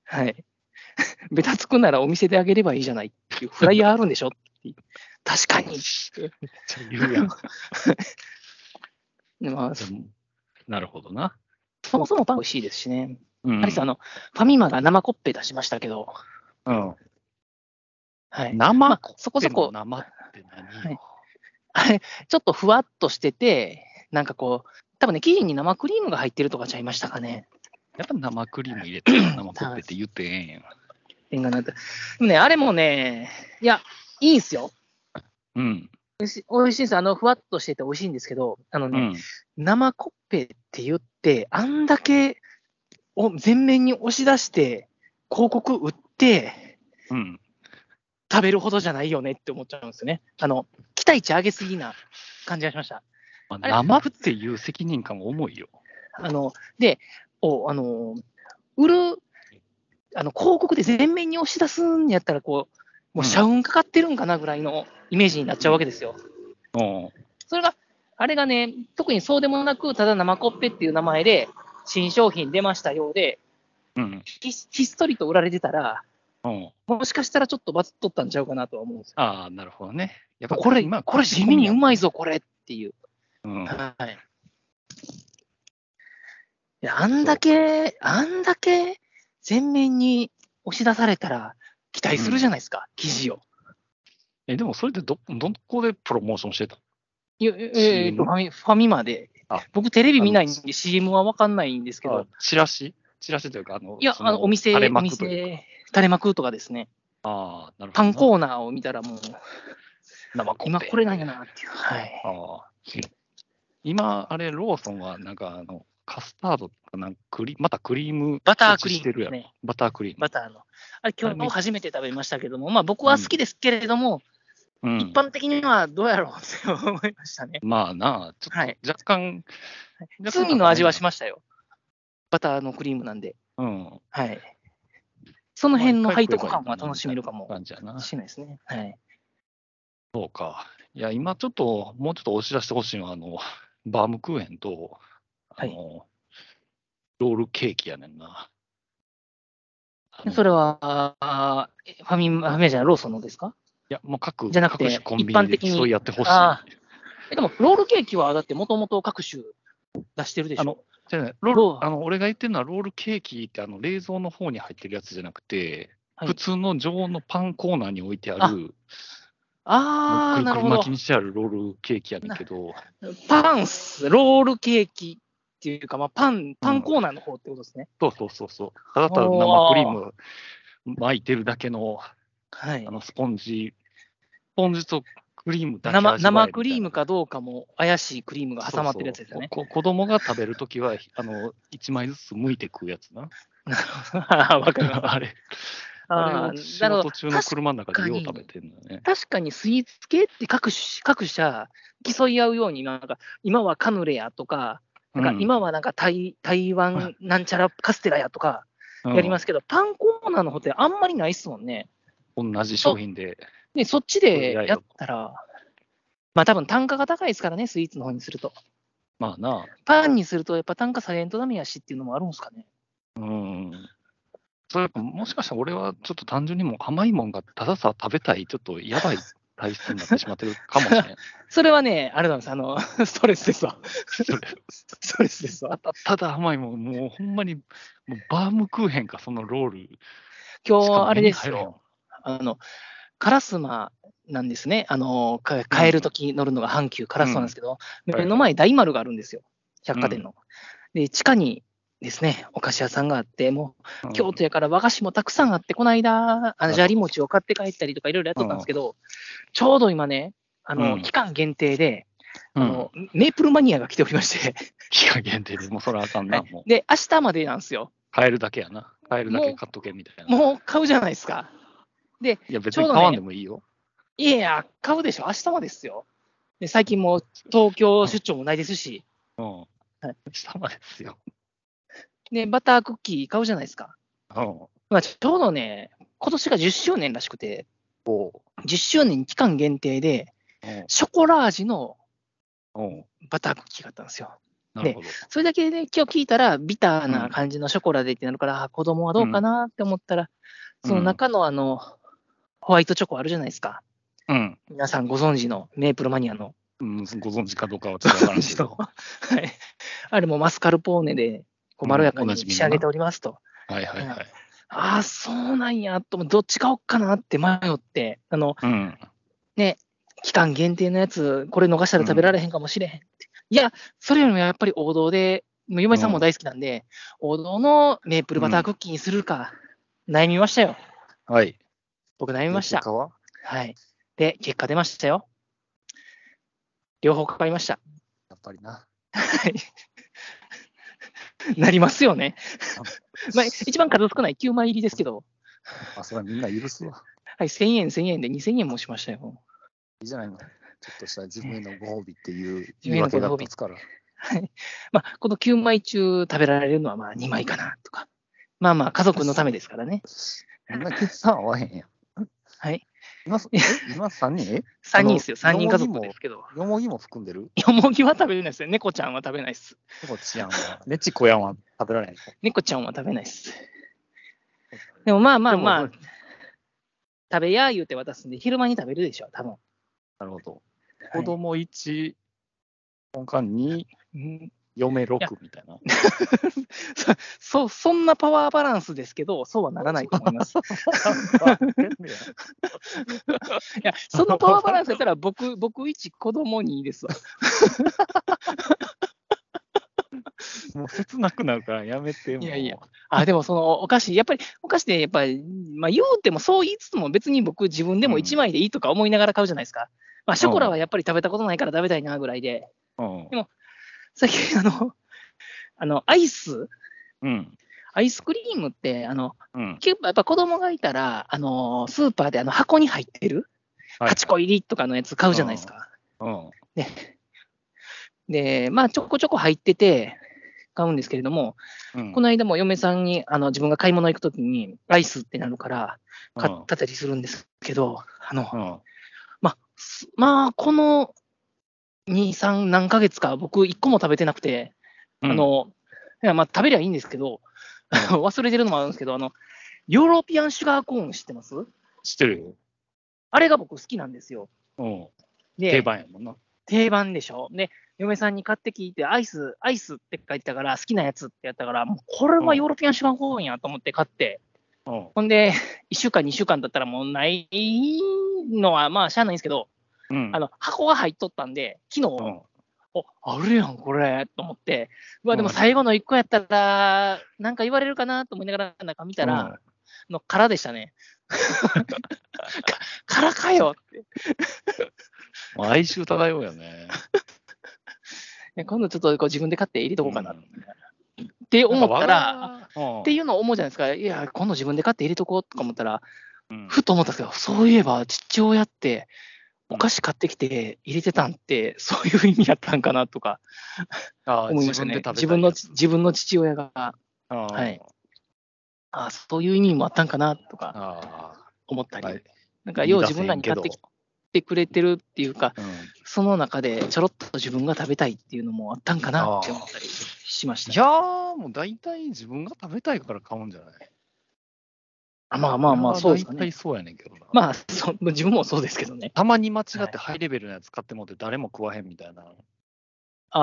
[SPEAKER 2] はい。 べたつくならお店であげればいいじゃないっていう、フライヤーあるんでしょっていう確かに。
[SPEAKER 3] めっちゃ 言うやん
[SPEAKER 2] まあ、
[SPEAKER 3] でもなるほどな。
[SPEAKER 2] そもそもパン美味しいですしね。
[SPEAKER 3] うん
[SPEAKER 2] ハリスあの、ファミマが生コッペ出しましたけど、
[SPEAKER 3] うん、
[SPEAKER 2] はい。ま
[SPEAKER 3] 生
[SPEAKER 2] あ、そこそこ、
[SPEAKER 3] 生って何、
[SPEAKER 2] はいあれ、 ちょっとふわっとしてて、なんかこう、多分ね、生地に生クリームが入ってるとかちゃいましたかね。
[SPEAKER 3] やっぱ生クリーム入れて生コッペって言ってええんや。
[SPEAKER 2] 縁がなって。でもね、あれもね、いや、いいんすよ。
[SPEAKER 3] うん。
[SPEAKER 2] 美味しいんですあの、ふわっとしてて美味しいんですけど、あの
[SPEAKER 3] う
[SPEAKER 2] ね、
[SPEAKER 3] ん。
[SPEAKER 2] 生コッペって言って、あんだけを全面に押し出して、広告売って、
[SPEAKER 3] うん。
[SPEAKER 2] 食べるほどじゃないよねって思っちゃうんですよね。あの、期待値上げすぎな感じがしました。
[SPEAKER 3] まあ
[SPEAKER 2] あれ
[SPEAKER 3] 生っていう責任感重いよ。
[SPEAKER 2] あの、で、お、あの、売る、あの、広告で全面に押し出すんやったら、こう、もう社運かかってるんかなぐらいのイメージになっちゃうわけですよ。
[SPEAKER 3] うん。
[SPEAKER 2] それが、あれがね、特にそうでもなく、ただ生コッペっていう名前で、新商品出ましたようで、
[SPEAKER 3] うん。
[SPEAKER 2] ひひっそりと売られてたら、
[SPEAKER 3] うん
[SPEAKER 2] もしかしたらちょっとバズっとったんちゃうかなとは思うんですよ。
[SPEAKER 3] ああ、なるほどね。やっぱ
[SPEAKER 2] これ、
[SPEAKER 3] 今
[SPEAKER 2] これ地味にうまいぞ、これっていう。
[SPEAKER 3] うん、
[SPEAKER 2] はい。いや、あんだけ、あんだけ全面に押し出されたら、期待するじゃないですか、記事を。
[SPEAKER 3] えでもそれってど、どこでプロモーションしてた
[SPEAKER 2] いやえーと
[SPEAKER 3] CM
[SPEAKER 2] ファミファミマで
[SPEAKER 3] あ。
[SPEAKER 2] 僕、テレビ見ないんで CM は分かんないんですけ
[SPEAKER 3] あ
[SPEAKER 2] ど、
[SPEAKER 3] チラシチラシというか、あの、
[SPEAKER 2] いや、
[SPEAKER 3] そ
[SPEAKER 2] あの、お店、
[SPEAKER 3] 垂れ
[SPEAKER 2] お
[SPEAKER 3] 幕というか
[SPEAKER 2] 店、垂れ幕とかですね、
[SPEAKER 3] ああ、なるほどな。
[SPEAKER 2] パンコーナーを見たらもう、
[SPEAKER 3] 生コッペ
[SPEAKER 2] 今これなんやなっていう。はい。
[SPEAKER 3] ああ。今、あれ、ローソンは、なんか、あの、カスタードとかなんかクリ、またクリーム、
[SPEAKER 2] バタークリ
[SPEAKER 3] し
[SPEAKER 2] ー
[SPEAKER 3] て
[SPEAKER 2] ム
[SPEAKER 3] る
[SPEAKER 2] で
[SPEAKER 3] や
[SPEAKER 2] す
[SPEAKER 3] ろ。
[SPEAKER 2] ね。
[SPEAKER 3] バタークリーム。
[SPEAKER 2] バターの。あれ、今
[SPEAKER 3] あれ
[SPEAKER 2] 日初めて食べましたけども、まあ僕は好きですけれども、
[SPEAKER 3] うん
[SPEAKER 2] 一般的にはどうやろうって思いましたね。
[SPEAKER 3] まあなあ、ちょ
[SPEAKER 2] はい。
[SPEAKER 3] っと若干、若干
[SPEAKER 2] 罪の味はしましたよ。バターのクリームなんで。
[SPEAKER 3] うん。
[SPEAKER 2] はい。その辺の背徳感は楽しめるかも
[SPEAKER 3] 感じやな。
[SPEAKER 2] しれないですね。はい。
[SPEAKER 3] そうか。いや、今ちょっと、もうちょっとお知らせしてほしいのは、あの、 バームクーヘンと、あの、ロールケーキやねんな。あの
[SPEAKER 2] それは、あーファミマ、ファミマじゃない、ローソンのですか
[SPEAKER 3] いや、もう各、
[SPEAKER 2] じゃなくて
[SPEAKER 3] 各種コンビニで
[SPEAKER 2] 一般的に
[SPEAKER 3] 競いやってほしい。
[SPEAKER 2] あ
[SPEAKER 3] あ
[SPEAKER 2] えでも、ロールケーキはだってもともと各種出してるでしょ。
[SPEAKER 3] の、じゃあねロ
[SPEAKER 2] ロー
[SPEAKER 3] ールあの俺が言ってるのはロールケーキってあの冷蔵の方に入ってるやつじゃなくて、
[SPEAKER 2] はい
[SPEAKER 3] 普通の常温のパンコーナーに置いてある、
[SPEAKER 2] あ
[SPEAKER 3] く
[SPEAKER 2] ー、
[SPEAKER 3] る
[SPEAKER 2] な
[SPEAKER 3] く
[SPEAKER 2] るほ
[SPEAKER 3] る
[SPEAKER 2] ど
[SPEAKER 3] 巻き。にしてあるロールケーキやねんけど、
[SPEAKER 2] パンス、ロールケーキっていうか、まあ、パン、パンコーナーの方ってことですね。
[SPEAKER 3] そうそうそうそう、ただただ生クリーム巻いてるだけの
[SPEAKER 2] はい
[SPEAKER 3] あ。のスポンジ、スポンジとクリームだけ味わ
[SPEAKER 2] 生
[SPEAKER 3] えるみたいな
[SPEAKER 2] 生クリームかどうかも怪しいクリームが挟まってるやつですよね。
[SPEAKER 3] そうそうこ子供が食べるときはあの1枚ずつ剥いて食うやつな。
[SPEAKER 2] あー わかります。
[SPEAKER 3] あれ、
[SPEAKER 2] あ
[SPEAKER 3] あれを
[SPEAKER 2] ー
[SPEAKER 3] 仕
[SPEAKER 2] なるほ
[SPEAKER 3] 事
[SPEAKER 2] ど
[SPEAKER 3] 中の車の中でよう食べてるんだよね。
[SPEAKER 2] 確かにスイーツ系って各種各社競い合うように、なんか今はカヌレやとか、なん
[SPEAKER 3] う
[SPEAKER 2] か
[SPEAKER 3] ん、
[SPEAKER 2] 今はなんか台台湾なんちゃらカステラやとかやりますすけど、パンコーナーの方ってあんまりないっすもんね。
[SPEAKER 3] うん同じ商品で。
[SPEAKER 2] で、そっちでやったら、まあ多分単価が高いですからね、スイーツの方にすると。
[SPEAKER 3] まあな、
[SPEAKER 2] パンにするとやっぱ単価サイレントダメやしっていうのもあるんですかね。
[SPEAKER 3] うん。それもしかしたら俺はちょっと単純にもう甘いもんがたださ食べたい、ちょっとやばい体質になってしまってるかもし れない。
[SPEAKER 2] それはね、あれなんです、あの、 ストレスですわ。
[SPEAKER 3] それ
[SPEAKER 2] ストレスですわ。
[SPEAKER 3] たただ甘いもん、もうほんまにもうバームクーヘンか、そのロール。
[SPEAKER 2] 今
[SPEAKER 3] しかも
[SPEAKER 2] 日、あれです
[SPEAKER 3] 目に入らへん
[SPEAKER 2] よ。あの、カラスマなんですね。あの、か帰るとき乗るのが阪急カラスマなんですけど、
[SPEAKER 3] うん
[SPEAKER 2] 目の前大丸があるんですよ。百貨店の。で、地下にですね、お菓子屋さんがあって、もう
[SPEAKER 3] うん
[SPEAKER 2] 京都やから和菓子もたくさんあって、この間、あのじゃり餅を買って帰ったりとかいろいろやっとったんですけど、ちょうど今ね、あの、
[SPEAKER 3] うん
[SPEAKER 2] 期間限定で、
[SPEAKER 3] うん
[SPEAKER 2] あの、メープルマニアが来ておりまして、
[SPEAKER 3] 期間限定でもうそれあかんな、もう
[SPEAKER 2] で、明日までなんですよ。
[SPEAKER 3] 買えるだけやな。買えるだけ買っとけみたいな。
[SPEAKER 2] もう買うじゃないですか。
[SPEAKER 3] いや別
[SPEAKER 2] ちょ
[SPEAKER 3] に
[SPEAKER 2] うど
[SPEAKER 3] 買
[SPEAKER 2] ね
[SPEAKER 3] わんでもいいよ。
[SPEAKER 2] いやいや、買うでしょ。明日もですよ。で、最近もう東京出張もないですし、
[SPEAKER 3] うん。
[SPEAKER 2] はい
[SPEAKER 3] 下までですよ。
[SPEAKER 2] で、バタークッキー買うじゃないですか。
[SPEAKER 3] うん。お
[SPEAKER 2] まあ、ちょうどね、今年が10周年らしくて、
[SPEAKER 3] う
[SPEAKER 2] 10周年期間限定で、
[SPEAKER 3] うん
[SPEAKER 2] ショコラ味の
[SPEAKER 3] うん。
[SPEAKER 2] バタークッキーがあったんですよ。
[SPEAKER 3] なるほど。
[SPEAKER 2] それだけね、今日聞いたら、ビターな感じのショコラでってなるから、あ子供はどうかなって思ったら、
[SPEAKER 3] うん
[SPEAKER 2] その中のあの、ホワイトチョコあるじゃないですか。
[SPEAKER 3] うん。
[SPEAKER 2] 皆さんご存知のメープルマニアの。
[SPEAKER 3] うん、ご存知かどうかはちょっとわ からん けど。
[SPEAKER 2] はいあれもマスカルポーネで、こうまろやか
[SPEAKER 3] うん
[SPEAKER 2] に
[SPEAKER 3] おなじみのな
[SPEAKER 2] 仕上げておりますと。
[SPEAKER 3] はいはいはい。
[SPEAKER 2] ああ、そうなんやと思って、どっち買おっかなって迷って、あの、
[SPEAKER 3] うん。
[SPEAKER 2] 期間限定のやつ、これ逃したら食べられへんかもしれへんって。いや、それよりもやっぱり王道で、もう嫁さんも大好きなんで、王道のメープルバタークッキーにするか、悩みましたよ。
[SPEAKER 3] はい。
[SPEAKER 2] 僕悩みました。
[SPEAKER 3] 他は
[SPEAKER 2] はい。で、結果出ましたよ。両方かかりました。
[SPEAKER 3] やっぱりな。
[SPEAKER 2] なりますよね。まあ、一番数少ない9枚入りですけど、
[SPEAKER 3] あ、それはみんな許すわ。
[SPEAKER 2] はい、1000円、1000円で2000円もしましたよ。
[SPEAKER 3] いいじゃないの。ちょっとした自分へのご褒美っていう
[SPEAKER 2] 自分へのご褒美言い訳が立
[SPEAKER 3] つから。
[SPEAKER 2] まあ、この9枚中食べられるのはまあ2枚かなとか。まあまあ、家族のためですからね。
[SPEAKER 3] みんな決算合わへんやん。
[SPEAKER 2] はい。
[SPEAKER 3] 今、え今3人
[SPEAKER 2] 3人ですよ。
[SPEAKER 3] あ
[SPEAKER 2] 3
[SPEAKER 3] の
[SPEAKER 2] 人家族ですけど。
[SPEAKER 3] よもぎも含んでる
[SPEAKER 2] よもぎは食べれないですよ。猫ちゃんは食べないです。
[SPEAKER 3] 猫ちゃんは。ねちこやんは食べられない。
[SPEAKER 2] 猫ちゃんは食べないです。でもまあまあまあ
[SPEAKER 3] でも、
[SPEAKER 2] 食べや言うて渡すんで、昼間に食べるでしょ、多分。
[SPEAKER 3] なるほど。
[SPEAKER 2] い
[SPEAKER 3] 子供1、本館2、
[SPEAKER 2] うん
[SPEAKER 3] 嫁
[SPEAKER 2] いや
[SPEAKER 3] 6みたいな。
[SPEAKER 2] そそんなパワーバランスですけど、そうはならないと思い ます。いや、そのパワーバランスやったら、僕、僕一子供にですわ。
[SPEAKER 3] もう切なくなるからやめて。もう
[SPEAKER 2] いやいや。あ、でもそのお菓子、やっぱりお菓子でやっぱり、まあ言うてもそう言いつつも別に僕自分でも1枚でいいとか思いながら買うじゃないですか。まあショコラはやっぱり食べたことないから食べたいなぐらいで。
[SPEAKER 3] うん
[SPEAKER 2] でも最近あの、あの、アイス、
[SPEAKER 3] うん。
[SPEAKER 2] アイスクリームって、あの、
[SPEAKER 3] うん。
[SPEAKER 2] 結構やっぱ子供がいたら、あの、スーパーであの箱に入ってる、
[SPEAKER 3] はい
[SPEAKER 2] 8個入りとかのやつ買うじゃないですか。
[SPEAKER 3] うん。
[SPEAKER 2] で、まあちょこちょこ入ってて買うんですけれども、
[SPEAKER 3] うん
[SPEAKER 2] この間も嫁さんに、あの、自分が買い物行くときに、アイスってなるから、買ったりするんですけど、あの、
[SPEAKER 3] うん。うん
[SPEAKER 2] まあ、すまあ、この2、3何ヶ月か、僕、1個も食べてなくて、あ、の、いや、まあ、食べりゃいいんですけど、 忘れてるのもあるんですけど、あの、ヨーロピアンシュガーコーン知ってます
[SPEAKER 3] 知ってるよ。
[SPEAKER 2] あれが僕好きなんですよ。
[SPEAKER 3] うん。定
[SPEAKER 2] で、
[SPEAKER 3] 番やもんな。
[SPEAKER 2] 定番でしょ。で、嫁さんに買って聞いて、アイス、アイスって書いてたから、好きなやつってやったから、もうこれはヨーロピアンシュガーコーンやと思って買って、
[SPEAKER 3] うん。
[SPEAKER 2] ほんで、1週間、2週間だったらもうないのは、まあ、しゃあないんですけど、
[SPEAKER 3] うん。
[SPEAKER 2] あの、箱が入っとったんで、昨日、
[SPEAKER 3] うん
[SPEAKER 2] お、あるやん、これ、と思って、うわ、でも
[SPEAKER 3] うん
[SPEAKER 2] 最後の1個やったら、なんか言われるかなと思いながら、中見たら、の殻でしたね。 か殻かよって。
[SPEAKER 3] うん、もう哀愁漂うよね。
[SPEAKER 2] ね今度ちょっとこう自分で買って入れとこうかな
[SPEAKER 3] うん
[SPEAKER 2] って思ったら、
[SPEAKER 3] っ
[SPEAKER 2] っていうのを思うじゃないですか。いや、今度自分で買って入れとこうとか思ったら、
[SPEAKER 3] うん
[SPEAKER 2] ふと思ったんですけど、そういえば父親って、お菓子買ってきて入れてたんって、そういう意味やったんかなとか
[SPEAKER 3] あー
[SPEAKER 2] 思いましたね。自
[SPEAKER 3] 自
[SPEAKER 2] 分
[SPEAKER 3] 分
[SPEAKER 2] の
[SPEAKER 3] で
[SPEAKER 2] ち、
[SPEAKER 3] 食べ
[SPEAKER 2] 自分の父親が、あ
[SPEAKER 3] たやつ。
[SPEAKER 2] は。
[SPEAKER 3] はい
[SPEAKER 2] あ、そういう意味もあったんかなとか
[SPEAKER 3] あ
[SPEAKER 2] 思った
[SPEAKER 3] あ。
[SPEAKER 2] り、
[SPEAKER 3] はい
[SPEAKER 2] なんか、よう自分らに買ってきてくれてるっていうか、
[SPEAKER 3] うん
[SPEAKER 2] その中でちょろっと自分が食べたいっていうのもあったんかなって思ったりしまし
[SPEAKER 3] い
[SPEAKER 2] た。
[SPEAKER 3] やー、もう大体自分が食べたいから買うんじゃない
[SPEAKER 2] あまあまあまあ、そうですか
[SPEAKER 3] 大体
[SPEAKER 2] ね。
[SPEAKER 3] そうやねんけどな。
[SPEAKER 2] まあそう、自分もそうですけどね。
[SPEAKER 3] たまに間違ってハイレベルなやつ買ってもって誰も食わへんみたいな、
[SPEAKER 2] あ
[SPEAKER 3] や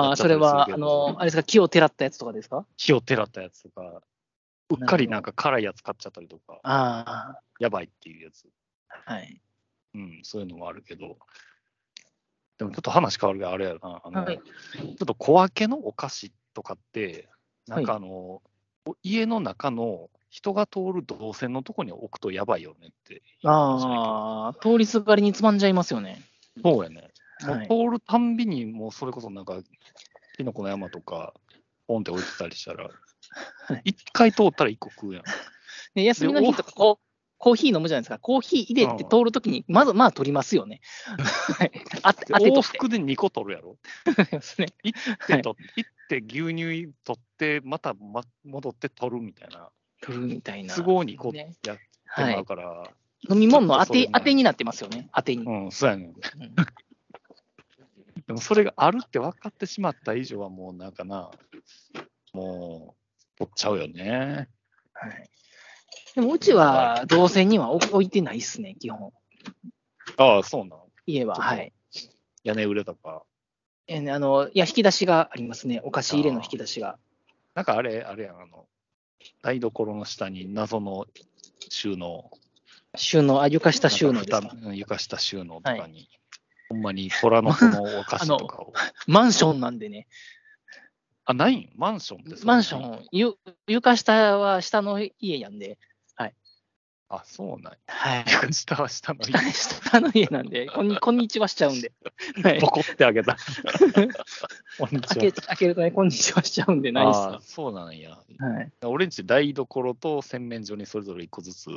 [SPEAKER 2] あ、
[SPEAKER 3] っち
[SPEAKER 2] そ
[SPEAKER 3] ゃった
[SPEAKER 2] れ
[SPEAKER 3] りするけど
[SPEAKER 2] は、あの、あれですか、木をてらったやつとかですか
[SPEAKER 3] 火をてらったやつとか、うっかりなんか辛いやつ買っちゃったりとか、
[SPEAKER 2] あ
[SPEAKER 3] やばいっていうやつ、
[SPEAKER 2] あ、はい。
[SPEAKER 3] うん、そういうのもあるけど、でもちょっと話変わるけど、あれやな、あの
[SPEAKER 2] はい
[SPEAKER 3] ちょっと小分けのお菓子とかって、なんかあの、お家の中の人が通る動線のとこに置くとやばいよねって。
[SPEAKER 2] ああ、通りすがりにつまんじゃいますよね。
[SPEAKER 3] そうやね。
[SPEAKER 2] はい
[SPEAKER 3] もう通るたんびに、もうそれこそなんか、きのこの山とか、ポンって置いてたりした ら、一回通ったら一個食うやん。
[SPEAKER 2] で休みの日とかこう、コーヒー飲むじゃないですか。コーヒー入れて通るときに、まずまあ取りますよ ね。はいあて、あてと
[SPEAKER 3] 往
[SPEAKER 2] して
[SPEAKER 3] 復で2個取るやろ。
[SPEAKER 2] ですね。
[SPEAKER 3] 行ってと、行って牛乳取って、また、ま、戻って取るみたいな。
[SPEAKER 2] 取るみたいな。
[SPEAKER 3] 都合にこう
[SPEAKER 2] ね
[SPEAKER 3] やって
[SPEAKER 2] は
[SPEAKER 3] だ
[SPEAKER 2] い。
[SPEAKER 3] から、
[SPEAKER 2] 飲み物の当
[SPEAKER 3] ちょっとそれ
[SPEAKER 2] て、
[SPEAKER 3] も
[SPEAKER 2] 当てになってますよね。当てに。
[SPEAKER 3] うん、そうやねん。
[SPEAKER 2] うん
[SPEAKER 3] でもそれがあるって分かってしまった以上は、もうなんかな、もう、取っちゃうよね。
[SPEAKER 2] はいでもうちは動線には置置いてないですね、基本。
[SPEAKER 3] ああ、そうなん。
[SPEAKER 2] 家は。
[SPEAKER 3] ちょっと
[SPEAKER 2] はい。
[SPEAKER 3] 屋根裏とか。
[SPEAKER 2] えーあの、いや、引き出しがありますね。お菓子入れの引き出しが。
[SPEAKER 3] なんかあれ、あれやん、あの、台所の下に謎の収納。
[SPEAKER 2] 収納、あ、床下収納
[SPEAKER 3] なん
[SPEAKER 2] で
[SPEAKER 3] か
[SPEAKER 2] す
[SPEAKER 3] 蓋
[SPEAKER 2] か。
[SPEAKER 3] うん床下収納とかに、ほんまに虎の子のお菓子とか を。あ
[SPEAKER 2] マンションなんでね。
[SPEAKER 3] ないんマンションってそう
[SPEAKER 2] マンシ
[SPEAKER 3] なんや
[SPEAKER 2] ョン、ゆ床下は下の家やんで、
[SPEAKER 3] あ、そうなんや。
[SPEAKER 2] はい。
[SPEAKER 3] 床下 は下の
[SPEAKER 2] 下下の家なんで、こんにこんにちはしちゃうん で。はい
[SPEAKER 3] ボ。コってあげ た。こんにち
[SPEAKER 2] 開け開けるとね、こんにちはしちゃうんで、ないっす
[SPEAKER 3] は。あ
[SPEAKER 2] わ
[SPEAKER 3] あ、そうなんや。
[SPEAKER 2] はい。
[SPEAKER 3] 俺んち台所と洗面所にそれぞれ一個ずつ、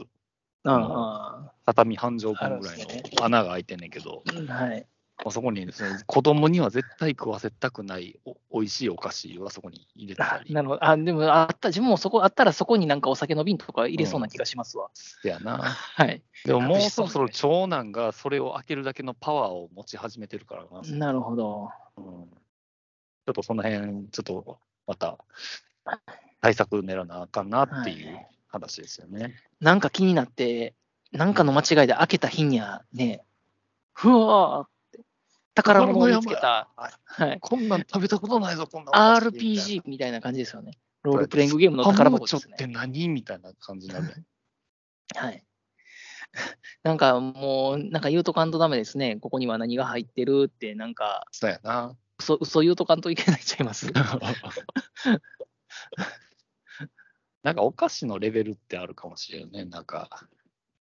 [SPEAKER 2] あ
[SPEAKER 3] 畳半畳分ぐらい
[SPEAKER 2] あるんす
[SPEAKER 3] の穴が開いてんねんけど、
[SPEAKER 2] あ、うんはい。
[SPEAKER 3] まあ、そこにその子供には絶対食わせたくないお美味しいお菓子をそこに入れてた
[SPEAKER 2] あ
[SPEAKER 3] り。
[SPEAKER 2] なるほど。あ、でも、あった、自分もそこ、あったらそこになんかお酒の瓶とか入れそうな気がしますわ。
[SPEAKER 3] せやな。
[SPEAKER 2] はい。
[SPEAKER 3] でももう
[SPEAKER 2] 楽し
[SPEAKER 3] そ
[SPEAKER 2] そう
[SPEAKER 3] ろ
[SPEAKER 2] ね
[SPEAKER 3] そろ長男がそれを開けるだけのパワーを持ち始めてるからな。ち
[SPEAKER 2] なるほど。
[SPEAKER 3] ょっとその辺、ちょっとまた対策練らなあかんなってい
[SPEAKER 2] は
[SPEAKER 3] う
[SPEAKER 2] い
[SPEAKER 3] 話ですよね。
[SPEAKER 2] なんか気になって、なんかの間違いで開けた日にはね、ふわーって、宝物を見つけた、はい。
[SPEAKER 3] こんなん食べたことないぞ、こんなお菓子。
[SPEAKER 2] RPG みたいな感じですよね。ロールプレイングゲームの宝
[SPEAKER 3] 宝
[SPEAKER 2] 箱
[SPEAKER 3] 箱
[SPEAKER 2] で
[SPEAKER 3] ちょっ
[SPEAKER 2] す
[SPEAKER 3] て
[SPEAKER 2] ね。
[SPEAKER 3] 何みたいな感じになる やん。
[SPEAKER 2] はい。 なんかもう、なんか言うとかんとダメですね。ここには何が入ってるって、なんか、
[SPEAKER 3] そうやな。
[SPEAKER 2] 嘘、嘘言うとかんといけないちゃい ます。
[SPEAKER 3] なんかお菓子のレベルってあるかもしれんね。なんか、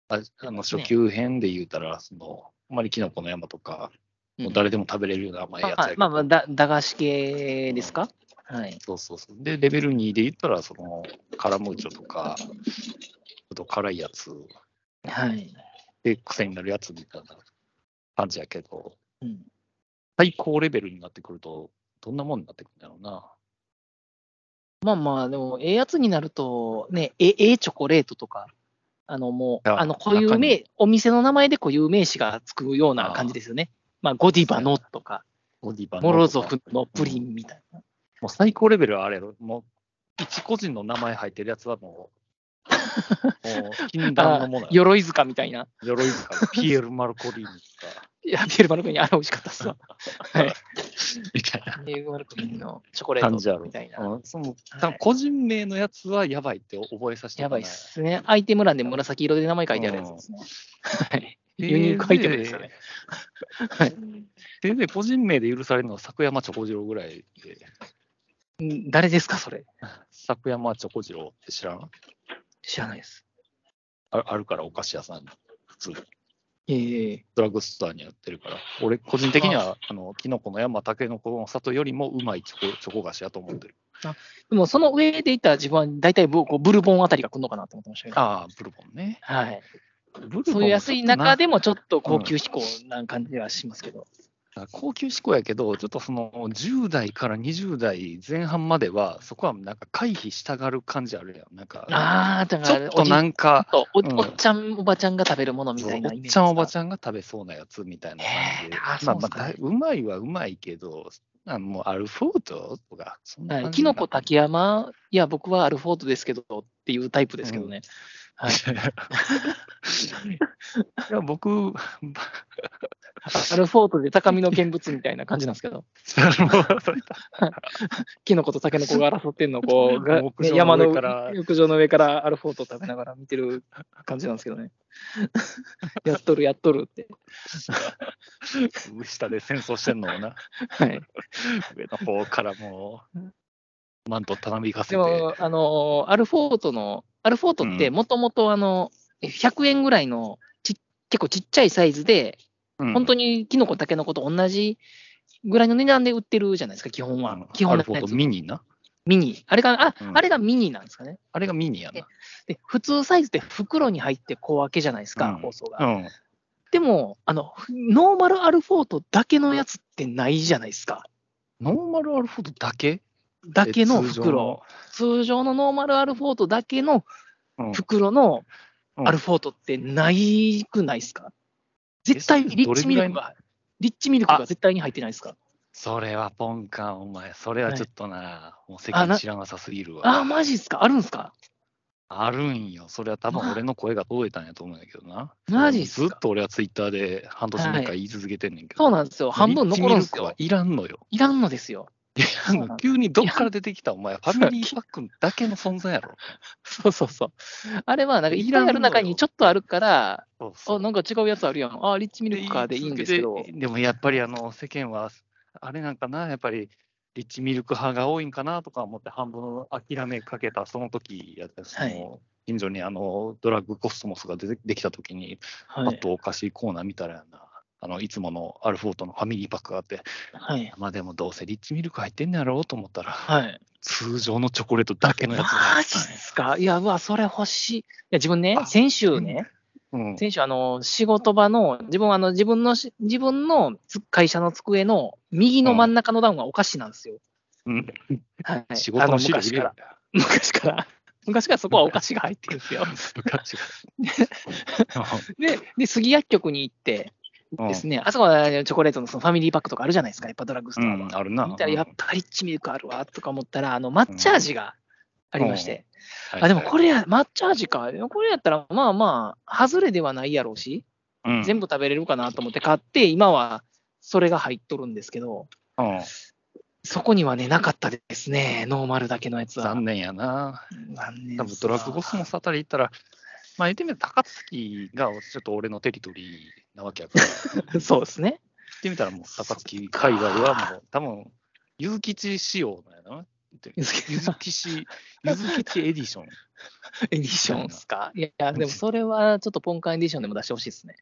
[SPEAKER 3] ああの
[SPEAKER 2] そうです
[SPEAKER 3] 初
[SPEAKER 2] ね
[SPEAKER 3] 級編で言うたら、その、あんまりキノコの山とか、もう
[SPEAKER 2] うん
[SPEAKER 3] 誰でも食べれるような甘いやつや
[SPEAKER 2] まあ
[SPEAKER 3] けど
[SPEAKER 2] まあまあ、だ駄菓子系ですか、はい。
[SPEAKER 3] そうそうそう。で、レベル2で言ったら、その、カラムーチョとか、ちょっと辛いやつ
[SPEAKER 2] はい。
[SPEAKER 3] で癖になるやつみたいな感じやけど、
[SPEAKER 2] うん、
[SPEAKER 3] 最高レベルになってくると、どんなもんになってくるんだろうな。
[SPEAKER 2] まあまあ、でも、ええやつになると、ね、ええええチョコレートとか、あのもう、
[SPEAKER 3] あ
[SPEAKER 2] あの固有
[SPEAKER 3] 中
[SPEAKER 2] 名
[SPEAKER 3] に、
[SPEAKER 2] お店の名前で固有名詞がつくような感じですよね。まあ、ゴディバのとか、
[SPEAKER 3] ボディバナナ
[SPEAKER 2] モ
[SPEAKER 3] とか
[SPEAKER 2] ロゾフのプリンみたいな。
[SPEAKER 3] もう最高レベルはあれやろ、もう、一個人の名前入ってるやつはもう、もう禁断のもの
[SPEAKER 2] あ
[SPEAKER 3] やろ。
[SPEAKER 2] 鎧塚みたいな。
[SPEAKER 3] 鎧塚、ピエール・マルコリーニとか、
[SPEAKER 2] いや、ピエール・マルコイニ、あれ美味しかったっすわ。はい。
[SPEAKER 4] みたいな。
[SPEAKER 2] ピエール・マルコイニのチョコレ
[SPEAKER 4] 感じや
[SPEAKER 2] ー
[SPEAKER 4] ろ
[SPEAKER 2] トみたいな。
[SPEAKER 3] あその多分個人名のやつはやばいって覚えさせて
[SPEAKER 2] やばいっすね。アイテム欄で紫色で名前書いてあるやつですね。はい。ユニークアイテムですよね。
[SPEAKER 3] せいぜい個人名で許されるのは作山チョコジロぐらいで、
[SPEAKER 2] ん誰ですか、それ。
[SPEAKER 3] 作山チョコジロって知らん
[SPEAKER 2] 知らないです。
[SPEAKER 4] ああるから、お菓子屋さんに。普通、
[SPEAKER 2] ええ
[SPEAKER 4] ドラッグストアにやってるから。俺、個人的には、あの、キノコの山、タケノコの里よりもうまいチョコチョコ菓子やと思ってる。
[SPEAKER 2] でも、その上でいったら自分は大体ブこうブルボンあたりが来るのかなと思ってましたけど。
[SPEAKER 3] ああ、ブルボンね。
[SPEAKER 2] はい。
[SPEAKER 3] ブルボン
[SPEAKER 2] そういう安い中
[SPEAKER 3] で。
[SPEAKER 2] でもちょっと高級志向な感じはしますけど。
[SPEAKER 3] 高級志向やけど、ちょっとその10代から20代前半までは、そこはなんか回避したがる感じあるやん。なんか、
[SPEAKER 2] ああ、だ
[SPEAKER 3] ち
[SPEAKER 2] から、
[SPEAKER 3] ょっとなんか、
[SPEAKER 2] おじ
[SPEAKER 3] うん
[SPEAKER 2] おおっちゃん、おばちゃんが食べるものみ
[SPEAKER 3] そう
[SPEAKER 2] たい
[SPEAKER 3] お
[SPEAKER 2] な
[SPEAKER 3] っ
[SPEAKER 2] イメージ
[SPEAKER 3] ちゃんおば
[SPEAKER 2] ゃ
[SPEAKER 3] ちゃんが食べそうなやつみたいな
[SPEAKER 2] えー
[SPEAKER 3] 感
[SPEAKER 2] あ
[SPEAKER 3] じで。
[SPEAKER 2] そ
[SPEAKER 3] まあ
[SPEAKER 2] うっす
[SPEAKER 3] ま
[SPEAKER 2] か
[SPEAKER 3] あ、だうまいはうまいけど、あもうアルフォートとか、そんな
[SPEAKER 2] はい、
[SPEAKER 3] 感
[SPEAKER 2] キ
[SPEAKER 3] じ
[SPEAKER 2] ノ
[SPEAKER 3] なん だ
[SPEAKER 2] コ竹山、いや、僕はアルフォートですけどっていうタイプですけどね。はい
[SPEAKER 3] いや僕、
[SPEAKER 2] アルフォートで高みの見物みたいな感じなんですけど、 キノコとタケノコが争ってんのをこうが、
[SPEAKER 3] もう
[SPEAKER 2] ね
[SPEAKER 3] 屋上
[SPEAKER 2] 山
[SPEAKER 3] の
[SPEAKER 2] の
[SPEAKER 3] 上から
[SPEAKER 2] 浴場の上からアルフォートを食べながら見てる感じなんですけどね。 やっとる、やっとるって。
[SPEAKER 3] 下で戦争してんのをな、
[SPEAKER 2] はい、
[SPEAKER 3] 上の方からもう、マントたなびかせ
[SPEAKER 2] で
[SPEAKER 3] て。
[SPEAKER 2] も、あのーアルフォートの、アルフォートってもともとあの、100円ぐらいのち結構ちっちゃいサイズで、本当
[SPEAKER 3] に
[SPEAKER 2] にキノコ、タケノコと同じぐらいの値段で売ってるじゃないですか、基本は。基本
[SPEAKER 3] ア
[SPEAKER 2] の
[SPEAKER 3] ル
[SPEAKER 2] や
[SPEAKER 3] フォー
[SPEAKER 2] つ
[SPEAKER 3] トミニな。
[SPEAKER 2] ミニ。あれが、あ、
[SPEAKER 3] うん
[SPEAKER 2] あれがミニなんですかね。
[SPEAKER 3] あれがミニやな。
[SPEAKER 2] で、普通サイズって袋に入って小分けじゃないですか、
[SPEAKER 3] うん
[SPEAKER 2] 包装が。
[SPEAKER 3] うん。
[SPEAKER 2] でも、あの、ノーマルアルフォートだけのやつってないじゃないですか。
[SPEAKER 3] ノーマルアルフォートだけ
[SPEAKER 2] だけの
[SPEAKER 3] え通常
[SPEAKER 2] 袋。通常のノーマルアルフォートだけの
[SPEAKER 3] うん
[SPEAKER 2] 袋の
[SPEAKER 3] うん
[SPEAKER 2] アルフォートってないくないですか、絶対リッチミルクが、リッチミルクが絶対に入ってないですか
[SPEAKER 3] それはポンカン、お前。それはちょっとな、もう世
[SPEAKER 2] あな
[SPEAKER 3] 間知らなさすぎるわ。
[SPEAKER 2] あー、マジですかあるんですか
[SPEAKER 3] あるんよ。それは多分俺の声が届いたんやと思うんやけどな。
[SPEAKER 2] マジっすか
[SPEAKER 3] ずっと俺はツイッターで半年に一回言い続けてんねんけど。
[SPEAKER 2] そうなんですよ。半分残るんです
[SPEAKER 3] リ
[SPEAKER 2] よ。
[SPEAKER 3] ッチミルクはいらんのよ。
[SPEAKER 2] いらんのですよ。
[SPEAKER 3] あ
[SPEAKER 2] そうなん
[SPEAKER 3] の急にどっから出てきたお前、ファミリーパックだけの存在 やろ。
[SPEAKER 2] そうそうそう。あれは、なんか、い
[SPEAKER 3] い
[SPEAKER 2] ろい
[SPEAKER 3] ら
[SPEAKER 2] ろあ
[SPEAKER 3] んのよ
[SPEAKER 2] る中にちょっとあるから、
[SPEAKER 3] そう
[SPEAKER 2] あ、なんか違うやつあるやん。あ、リッチミルクかでいいんですけど
[SPEAKER 3] で。でもやっぱりあの世間は、あれなんかな、やっぱりリッチミルク派が多いんかなとか思って、半分諦めかけたその時やったその、
[SPEAKER 2] はい
[SPEAKER 3] 近所にあのドラッグコスモスが出てできた時に、
[SPEAKER 2] は
[SPEAKER 3] あ
[SPEAKER 2] い。
[SPEAKER 3] とお菓子コーナー見たらやな。あのいつものアルフォートのファミリーパックがあって、
[SPEAKER 2] はい。
[SPEAKER 3] まあでもどうせリッチミルク入ってんのやろうと思ったら、
[SPEAKER 2] はい。
[SPEAKER 3] 通常のチョコレートだけのや つが入
[SPEAKER 2] マ
[SPEAKER 3] って
[SPEAKER 2] ジっすかいや、うわ、それ欲しい。いや、自分ね、
[SPEAKER 3] あ
[SPEAKER 2] 先週ね、
[SPEAKER 3] たんやうん
[SPEAKER 2] 先週、あの、仕事場の、自分、あの、自分のし、自分のつ会社の机の右の真ん中の段はお菓子なんですよ。
[SPEAKER 3] うん
[SPEAKER 2] はい。
[SPEAKER 3] 仕事
[SPEAKER 2] あの
[SPEAKER 3] の資料
[SPEAKER 2] 昔
[SPEAKER 3] 入
[SPEAKER 2] か
[SPEAKER 3] れる
[SPEAKER 2] ら。昔から。 昔からそこはお菓子が入ってるんですよ。
[SPEAKER 3] 部活 が
[SPEAKER 2] で、で、杉薬局に行って
[SPEAKER 3] うん
[SPEAKER 2] ですね、あそこはチョコレートのそのファミリーパックとかあるじゃないですか、やっぱドラッグス
[SPEAKER 3] う
[SPEAKER 2] トアは。
[SPEAKER 3] ん、あるな。
[SPEAKER 2] 見たらやっぱリッチミルクあるわとか思ったら、あの抹茶味がありまして、あでもこ
[SPEAKER 3] れ、
[SPEAKER 2] れや、抹茶味か、これやったらまあまあ、外れではないやろうし、
[SPEAKER 3] うん
[SPEAKER 2] 全部食べれるかなと思って買って、今はそれが入っとるんですけど、
[SPEAKER 3] うん
[SPEAKER 2] そこにはね、なかったですね、ノーマルだけのやつは
[SPEAKER 3] 残。念やな。
[SPEAKER 2] 残念
[SPEAKER 3] 多分ドラッグコスモスあたり行ったら、まあ言ってみれば高槻がちょっと俺のテリトリーなわけ やから、言っ
[SPEAKER 2] ス。そうです ね。
[SPEAKER 3] てみたらもう高槻海外はもう多分、ゆずきち仕様なんやな。ゆずきし、ゆずきちエディシ ョン。
[SPEAKER 2] エディションっすか。いやいや、でもそれはちょっとポンカンエディションでも出してほしいですね。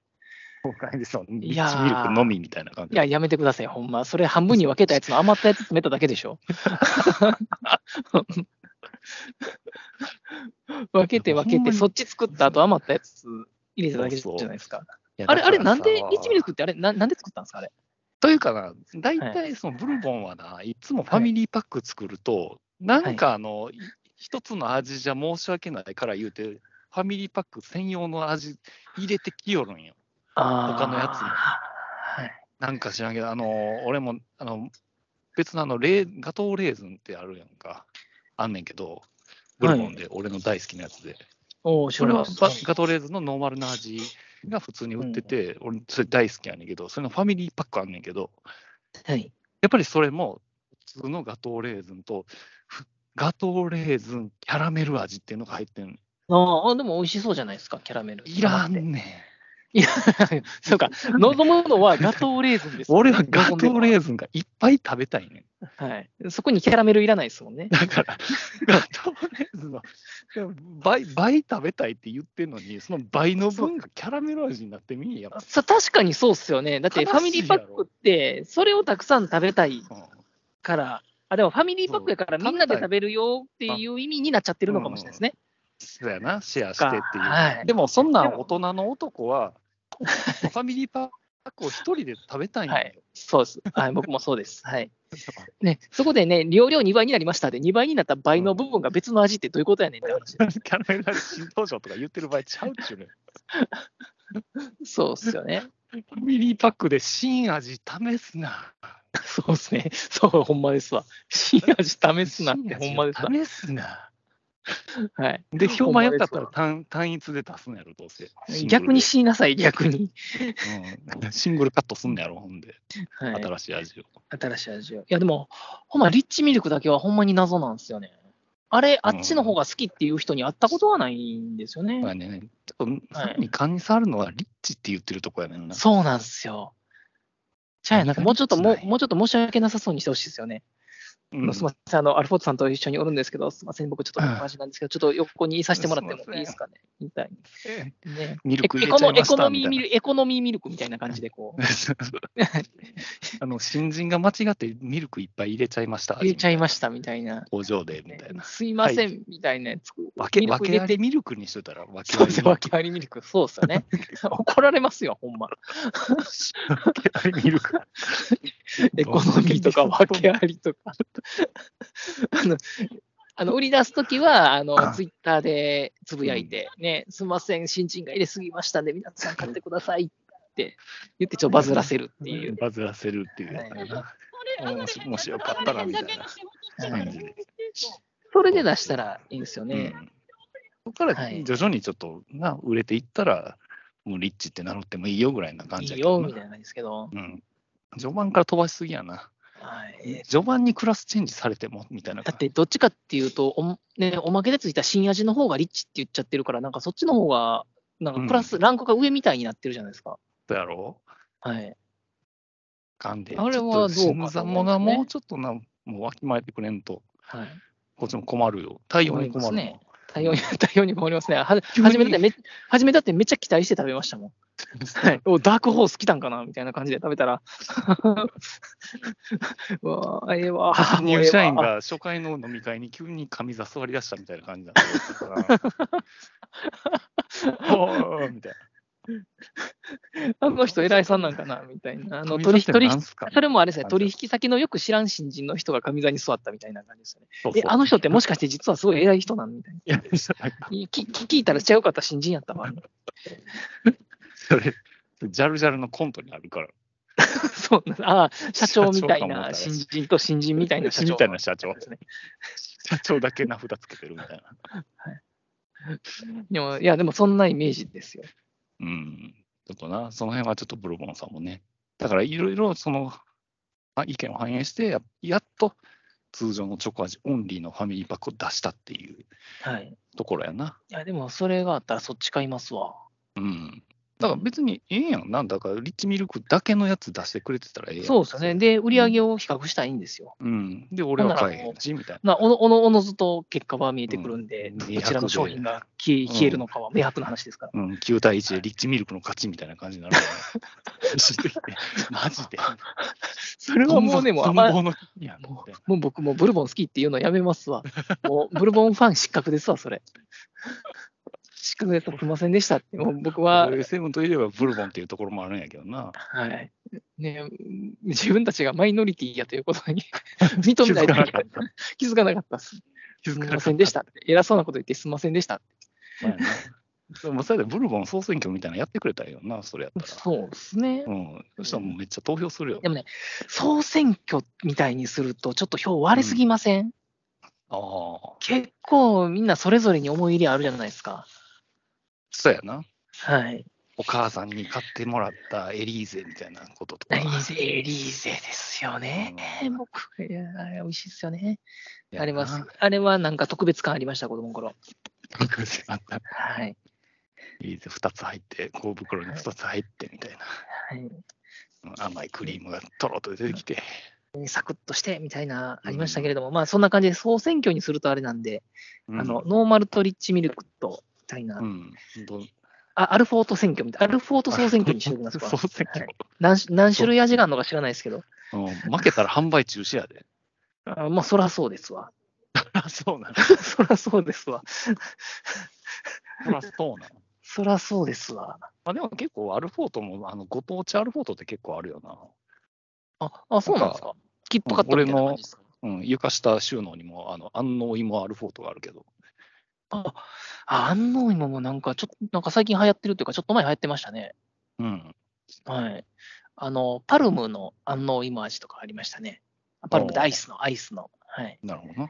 [SPEAKER 3] 公開でそう、リ
[SPEAKER 2] いや
[SPEAKER 3] ッ
[SPEAKER 2] ー
[SPEAKER 3] チミルクのみみたいな感じ。
[SPEAKER 2] いや、やめてください、ほんま。それ半分に分けたやつの余ったやつ詰めただけで しょ。分けて分
[SPEAKER 3] い
[SPEAKER 2] け
[SPEAKER 3] やほんま
[SPEAKER 2] て、
[SPEAKER 3] に
[SPEAKER 2] そっち作った後余ったやつ入れただけじゃないですか。
[SPEAKER 3] いや
[SPEAKER 2] あれ、
[SPEAKER 3] だ
[SPEAKER 2] あれ、
[SPEAKER 3] からさ
[SPEAKER 2] なんで、リッチミルクってあれ、ななんで作ったんですか、あれ。
[SPEAKER 3] というかな、大体そのブルボンはな、い、つもファミリーパック作ると、なんかあの、い一つの味じゃ申し訳ないから言うて、ファミリーパック専用の味入れてきよるんよ。
[SPEAKER 2] あ
[SPEAKER 3] ー他のやつも
[SPEAKER 2] はい。
[SPEAKER 3] なんか知らんけど、あの、俺も、あの、別のあのレー、ガトーレーズンってあるやんか、あんねんけど、ブルボンで、俺の大好きなやつで。
[SPEAKER 2] おお、知
[SPEAKER 3] そ
[SPEAKER 2] ら
[SPEAKER 3] れ
[SPEAKER 2] なか
[SPEAKER 3] は
[SPEAKER 2] った
[SPEAKER 3] バガトレーズのノーマルな味が普通に売ってて、俺、それ大好きやねんけど、それのファミリーパックあんねんけど、
[SPEAKER 2] はい。
[SPEAKER 3] やっぱりそれも普通のガトーレーズンと、ふガトーレーズンキャラメル味っていうのが入ってんの
[SPEAKER 2] ああ、でも美味しそうじゃないですか、キャラメル。
[SPEAKER 3] いらんねん。
[SPEAKER 2] そう か、望むのはガトーレーズンです、
[SPEAKER 3] 俺はガトーレ
[SPEAKER 2] ー
[SPEAKER 3] ーズンがいっぱい食べたいねん。
[SPEAKER 2] ズン。はい。そこにキャラメルいらないですもんね。
[SPEAKER 3] だから、 ガトーレーズンの倍倍食べたいって言ってんのに、その倍の分がキャラメル味になってみんやっぱ。
[SPEAKER 2] さ確かにそうっすよね。だって
[SPEAKER 3] 悲しい
[SPEAKER 2] フ
[SPEAKER 3] やろ
[SPEAKER 2] ァミリーパックって、それをたくさん食べたい
[SPEAKER 3] うん
[SPEAKER 2] から、あ、でもファミリーパックやから
[SPEAKER 3] そう
[SPEAKER 2] みんなで食べるよっていう意味になっちゃってるのかもしれないですね。
[SPEAKER 3] そうやな、シェアしてっていう。
[SPEAKER 2] はい
[SPEAKER 3] でも、そんな
[SPEAKER 2] で
[SPEAKER 3] ん
[SPEAKER 2] も
[SPEAKER 3] 大人の男は、ファミリーパックを一人で食べたいん
[SPEAKER 2] は
[SPEAKER 3] だよ
[SPEAKER 2] い。。そうです。はい、僕もそうです。はい。ね、そこでね、容量2倍になりましたで、2倍になった倍の部分が別の味ってどういうことやねんって話。
[SPEAKER 3] キャラメル味新登場とか言ってる場合ちゃうっちゅうねん。
[SPEAKER 2] そうっすよね。
[SPEAKER 3] ファミリーパックで新味試すな。
[SPEAKER 2] そうっすね。そう、ほんま ですわ。新味試すなって、ほんまですわ。
[SPEAKER 3] 試すな。
[SPEAKER 2] はい。
[SPEAKER 3] で、評判良かった
[SPEAKER 2] ほん
[SPEAKER 3] ら
[SPEAKER 2] ま
[SPEAKER 3] 単単一で出すんやろ、どうせ。
[SPEAKER 2] 逆に
[SPEAKER 3] シ
[SPEAKER 2] 死になさい、逆に。
[SPEAKER 3] ングルで、うんシ ングルカットすんのやろ、ほんで。
[SPEAKER 2] はい、
[SPEAKER 3] 新しい味を。
[SPEAKER 2] 新しい味を。いや、でも、ほんま、リッチミルクだけはほんまに謎なんですよね。あれ、あっちの方が好きっていう人に会ったことはないんですよね。
[SPEAKER 3] まあね、ちょっと、
[SPEAKER 2] はい
[SPEAKER 3] さらに勘に触るのはリッチって言ってるとこやねんな。
[SPEAKER 2] そうなんですよ。じゃあ、なんかもうちょっともう、もうちょっと申し訳なさそうにしてほしいですよね。
[SPEAKER 3] うん
[SPEAKER 2] すみません、あの、アルフォートさんと一緒におるんですけど、すみません、僕ちょっとお話なんですけど、ちょっと横にいさせてもらってもいいですかね、みたい
[SPEAKER 3] え
[SPEAKER 2] にね。
[SPEAKER 3] ミルク
[SPEAKER 2] エ
[SPEAKER 3] 入
[SPEAKER 2] コ
[SPEAKER 3] れちゃ
[SPEAKER 2] ノ
[SPEAKER 3] いました
[SPEAKER 2] エコノミ
[SPEAKER 3] み
[SPEAKER 2] ー
[SPEAKER 3] たい
[SPEAKER 2] ミ
[SPEAKER 3] な
[SPEAKER 2] ルエコノミーミルクみたいな感じで、こう、
[SPEAKER 3] あの新人が間違ってミルクいっぱい入れちゃいました。
[SPEAKER 2] 入れちゃいましたみたいな。
[SPEAKER 3] 工場でみ
[SPEAKER 2] ね
[SPEAKER 3] たいな。
[SPEAKER 2] すいません、みたいなやつ。
[SPEAKER 3] 分け
[SPEAKER 2] ミルク
[SPEAKER 3] 分
[SPEAKER 2] 入
[SPEAKER 3] け
[SPEAKER 2] れ
[SPEAKER 3] あ
[SPEAKER 2] て
[SPEAKER 3] りミルクにしといたら分け
[SPEAKER 2] そうですね、
[SPEAKER 3] あ
[SPEAKER 2] 訳ありミルク。そうですよね。 怒られますよ、ほんま。
[SPEAKER 3] りミルク。
[SPEAKER 2] エコノミーとか、訳 ありとか。あの、あの売り出すときは、あの、ツイッターでつぶやいて、ね、すみません、新陳が入れすぎましたんで、皆さん買ってくださいって言って、ちょっとバズらせるっていう。
[SPEAKER 3] バズらせるっていうやつやな。もしもしよかったらみたいな感じで。
[SPEAKER 2] それで出したらいいんですよね
[SPEAKER 3] う。んそこから
[SPEAKER 2] はい
[SPEAKER 3] 徐々にちょっとな売れていったら、もうリッチって名乗ってもいいよぐらいな感
[SPEAKER 2] い
[SPEAKER 3] じや
[SPEAKER 2] い
[SPEAKER 3] けど
[SPEAKER 2] よ、
[SPEAKER 3] な
[SPEAKER 2] みたいなんですけど。
[SPEAKER 3] うん。序盤から飛ばしすぎやな。
[SPEAKER 2] はい、
[SPEAKER 3] 序盤にクラスチェンジされてもみたいな
[SPEAKER 2] だ
[SPEAKER 3] 感
[SPEAKER 2] っ
[SPEAKER 3] じ。
[SPEAKER 2] て、どっちかっていうとお、ね、おまけでついた新味の方がリッチって言っちゃってるから、なんかそっちの方が、なんかプラス、ランクが上みたいになってるじゃないですか。
[SPEAKER 3] だやろ
[SPEAKER 2] はい。
[SPEAKER 3] かんで。
[SPEAKER 2] あれはどうかと
[SPEAKER 3] ちょ
[SPEAKER 2] 思
[SPEAKER 3] っ
[SPEAKER 2] い
[SPEAKER 3] と
[SPEAKER 2] ますね
[SPEAKER 3] 新参者がもうちょっとな、もうわきまえてくれんと、
[SPEAKER 2] はい。
[SPEAKER 3] こっちも困るよ。対応に
[SPEAKER 2] 困りま
[SPEAKER 3] 困る
[SPEAKER 2] す
[SPEAKER 3] もん
[SPEAKER 2] ね対応に、対応に困りますね。ははじ
[SPEAKER 3] 急に
[SPEAKER 2] めだってめ、はじめだってめっちゃ期待して食べましたもん。はい、おダークホース来たんかなみたいな感じで食べたら、 うわあ、ええわ。もうえ
[SPEAKER 3] 入
[SPEAKER 2] え
[SPEAKER 3] 社員
[SPEAKER 2] わ
[SPEAKER 3] が初回の飲み会に急に髪座座り出したみたいな感じになってる から。おーみたい
[SPEAKER 2] あの人、偉いさんなんかなみたいな。あ
[SPEAKER 3] な。
[SPEAKER 2] の取
[SPEAKER 3] 神座って
[SPEAKER 2] 引取
[SPEAKER 3] な
[SPEAKER 2] 引
[SPEAKER 3] んすか
[SPEAKER 2] それもあれですね、取引先のよく知らん新人の人が上座に座ったみたいな感じですよね。
[SPEAKER 3] そうそう
[SPEAKER 2] え、あの人ってもしかして実はすごい偉い人なんみたい
[SPEAKER 3] いやそ
[SPEAKER 2] な。き聞いたら違うかった新人やったわ。
[SPEAKER 3] れ、ジャルジャルのコントにあるから。
[SPEAKER 2] そうなんああ、社長みたいな
[SPEAKER 3] 社長かも
[SPEAKER 2] 新人と新人みたいな社長。
[SPEAKER 3] みたいな社長
[SPEAKER 2] で。すね。
[SPEAKER 3] 社長だけ名札つけてるみたいな。
[SPEAKER 2] でも、いや、でもそんなイメージですよ。
[SPEAKER 3] うん。ちょっとな、その辺はちょっとブルボンさんもね。だからいろいろそのあ意見を反映してや、やっと通常のチョコ味オンリーのファミリーパックを出したっていう
[SPEAKER 2] はい。
[SPEAKER 3] ところやな。
[SPEAKER 2] いや、でもそれがあったらそっち買いますわ。
[SPEAKER 3] うん。だから別にええやん。なんだからリッチミルクだけのやつ出してくれてたらええやん。
[SPEAKER 2] そうですよね。で、売り上げを比較したらいいんですよ。
[SPEAKER 3] うん。で、俺は買えへんし、みたい
[SPEAKER 2] ま
[SPEAKER 3] な。
[SPEAKER 2] あ、おのおのおのずと結果は見えてくるんで、
[SPEAKER 3] うん
[SPEAKER 2] どちらの商品が消え消えるのかは明白な話ですから。
[SPEAKER 3] うん、9対1でリッチミルクの勝ちみたいな感じになるからね。してきてマジで。
[SPEAKER 2] それはもうね、もうあんま
[SPEAKER 3] 存亡の危機やん
[SPEAKER 2] もうもう僕もうブルボン好きっていうのやめます わ。もうブルボンファン失格ですわ、それ。失格です。すいませんでしたって。もう僕は、
[SPEAKER 3] セブンといえばブルボンっていうところもあるんやけどな。
[SPEAKER 2] はい。ね、自分たちがマイノリティやということに 認めないといけない気づかなかったっす。
[SPEAKER 3] 気づ
[SPEAKER 2] す
[SPEAKER 3] か
[SPEAKER 2] み
[SPEAKER 3] なか
[SPEAKER 2] ま
[SPEAKER 3] っ
[SPEAKER 2] せんでした。偉そうなこと言ってすみませんでした。
[SPEAKER 3] た。まあねでもそれでブルボン総選挙みたいなのやってくれたらいいよな、それやったら。
[SPEAKER 2] そうですね
[SPEAKER 3] う。ん。そしたらもうめっちゃ投票するよ
[SPEAKER 2] で。もね、総選挙みたいにすると、ちょっと票割れすぎません、
[SPEAKER 3] ああ。
[SPEAKER 2] 結構みんなそれぞれに思い入れあるじゃないですか。
[SPEAKER 3] そうやな。
[SPEAKER 2] はい。
[SPEAKER 3] お母さんに買ってもらったエリーゼみたいなことと
[SPEAKER 2] エ
[SPEAKER 3] か。
[SPEAKER 2] リーゼ、エリーゼですよね。僕、いやあれ美味しいですよね。あります。あれはなんか特別感ありました、子供の頃。
[SPEAKER 3] 特別あった。
[SPEAKER 2] はい。
[SPEAKER 3] エリーゼ2つ入って、小袋に2つ入ってみたいな。
[SPEAKER 2] はい、
[SPEAKER 3] うん甘いクリームがとろっと出てきて。
[SPEAKER 2] サクッとしてみたいな、ありましたけれども、まあそんな感じで総選挙にするとあれなんで、あの、ノーマルとリッチミルクと、みたいな、
[SPEAKER 3] うん、うん。ど
[SPEAKER 2] あ、アルフォート選挙みたいな、アルフォート総選挙にしておきますか
[SPEAKER 3] 総。選挙、
[SPEAKER 2] 何種何種類味があるのか知らないですけど、
[SPEAKER 3] うん。負けたら販売中止やで。
[SPEAKER 2] あまあそらそうですわ。
[SPEAKER 3] あ、 そうなの。
[SPEAKER 2] そらそうですわ。
[SPEAKER 3] そらそうなの。
[SPEAKER 2] そらそうですわ。
[SPEAKER 3] まあ、でも結構アルフォートも、あのご当地アルフォートって結構あるよな。
[SPEAKER 2] あ、あそうなんですか。切符買ったみたいな感じですか。
[SPEAKER 3] うん、床下収納にも、あの、安納芋アルフォートがあるけど。
[SPEAKER 2] あ、安納芋もなんか、ちょっと、なんか最近流行ってるというか、ちょっと前流行ってましたね。
[SPEAKER 3] うん。
[SPEAKER 2] はい。あの、パルムの安納芋味とかありましたね。パルムってアイスの、アイスの。はい。
[SPEAKER 3] なるほどな。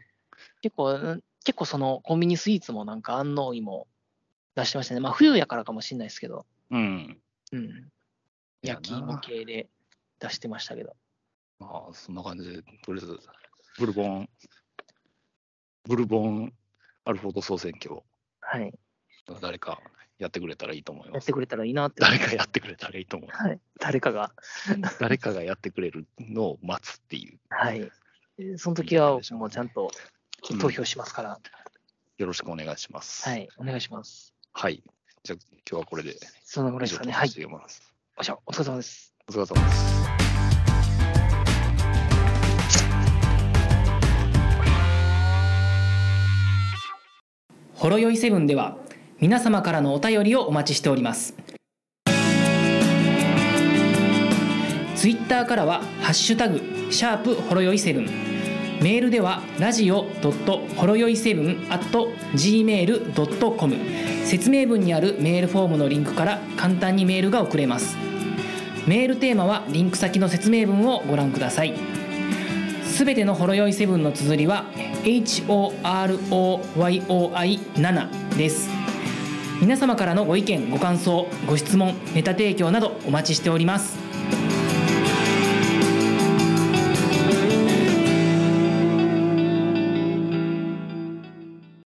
[SPEAKER 2] 結構、うん結構そのコンビニスイーツもなんか安納芋出してましたね。まあ冬やからかもしれないですけど、
[SPEAKER 3] うん。
[SPEAKER 2] うん。焼き芋系で出してましたけど。
[SPEAKER 3] まあ、そんな感じで、とりあえず、ブルボン、ブルボンアルフォート総選挙を
[SPEAKER 2] はい。
[SPEAKER 3] 誰かやってくれたらいいと思い
[SPEAKER 2] や
[SPEAKER 3] ま
[SPEAKER 2] っ
[SPEAKER 3] す
[SPEAKER 2] て。くれたらいいなって。
[SPEAKER 3] 誰かやってくれたらいいと思う。
[SPEAKER 2] はい。誰かが。
[SPEAKER 3] 誰かがやってくれるのを待つっていう。
[SPEAKER 2] はい。えーその
[SPEAKER 3] い
[SPEAKER 2] 時
[SPEAKER 3] いんじゃない
[SPEAKER 2] は
[SPEAKER 3] でしょうかね
[SPEAKER 2] もうちゃんと
[SPEAKER 3] うん
[SPEAKER 2] 投票しますから。
[SPEAKER 3] よろしくお願いします。
[SPEAKER 2] は。い。お願いします。
[SPEAKER 3] はい。じゃあ、今日はこれで
[SPEAKER 2] そんなぐらい
[SPEAKER 3] 以
[SPEAKER 2] ですか
[SPEAKER 3] 上と
[SPEAKER 2] ね。
[SPEAKER 3] さ
[SPEAKER 2] はい
[SPEAKER 3] せ。てもらいます。
[SPEAKER 2] おしゃ、お疲れ様です。
[SPEAKER 3] お疲れ様です。
[SPEAKER 5] ほろよいセブンでは皆様からのお便りをお待ちしておりますツイッターからは「ハッシュタグシャープほろよいセブン」メールではラジオドットほろよいセブン at gmail.com 説明文にあるメールフォームのリンクから簡単にメールが送れますメールテーマはリンク先の説明文をご覧くださいすべてのほろ酔いセブンの綴りは HOROYOI7 です皆様からのご意見ご感想ご質問ネタ提供などお待ちしております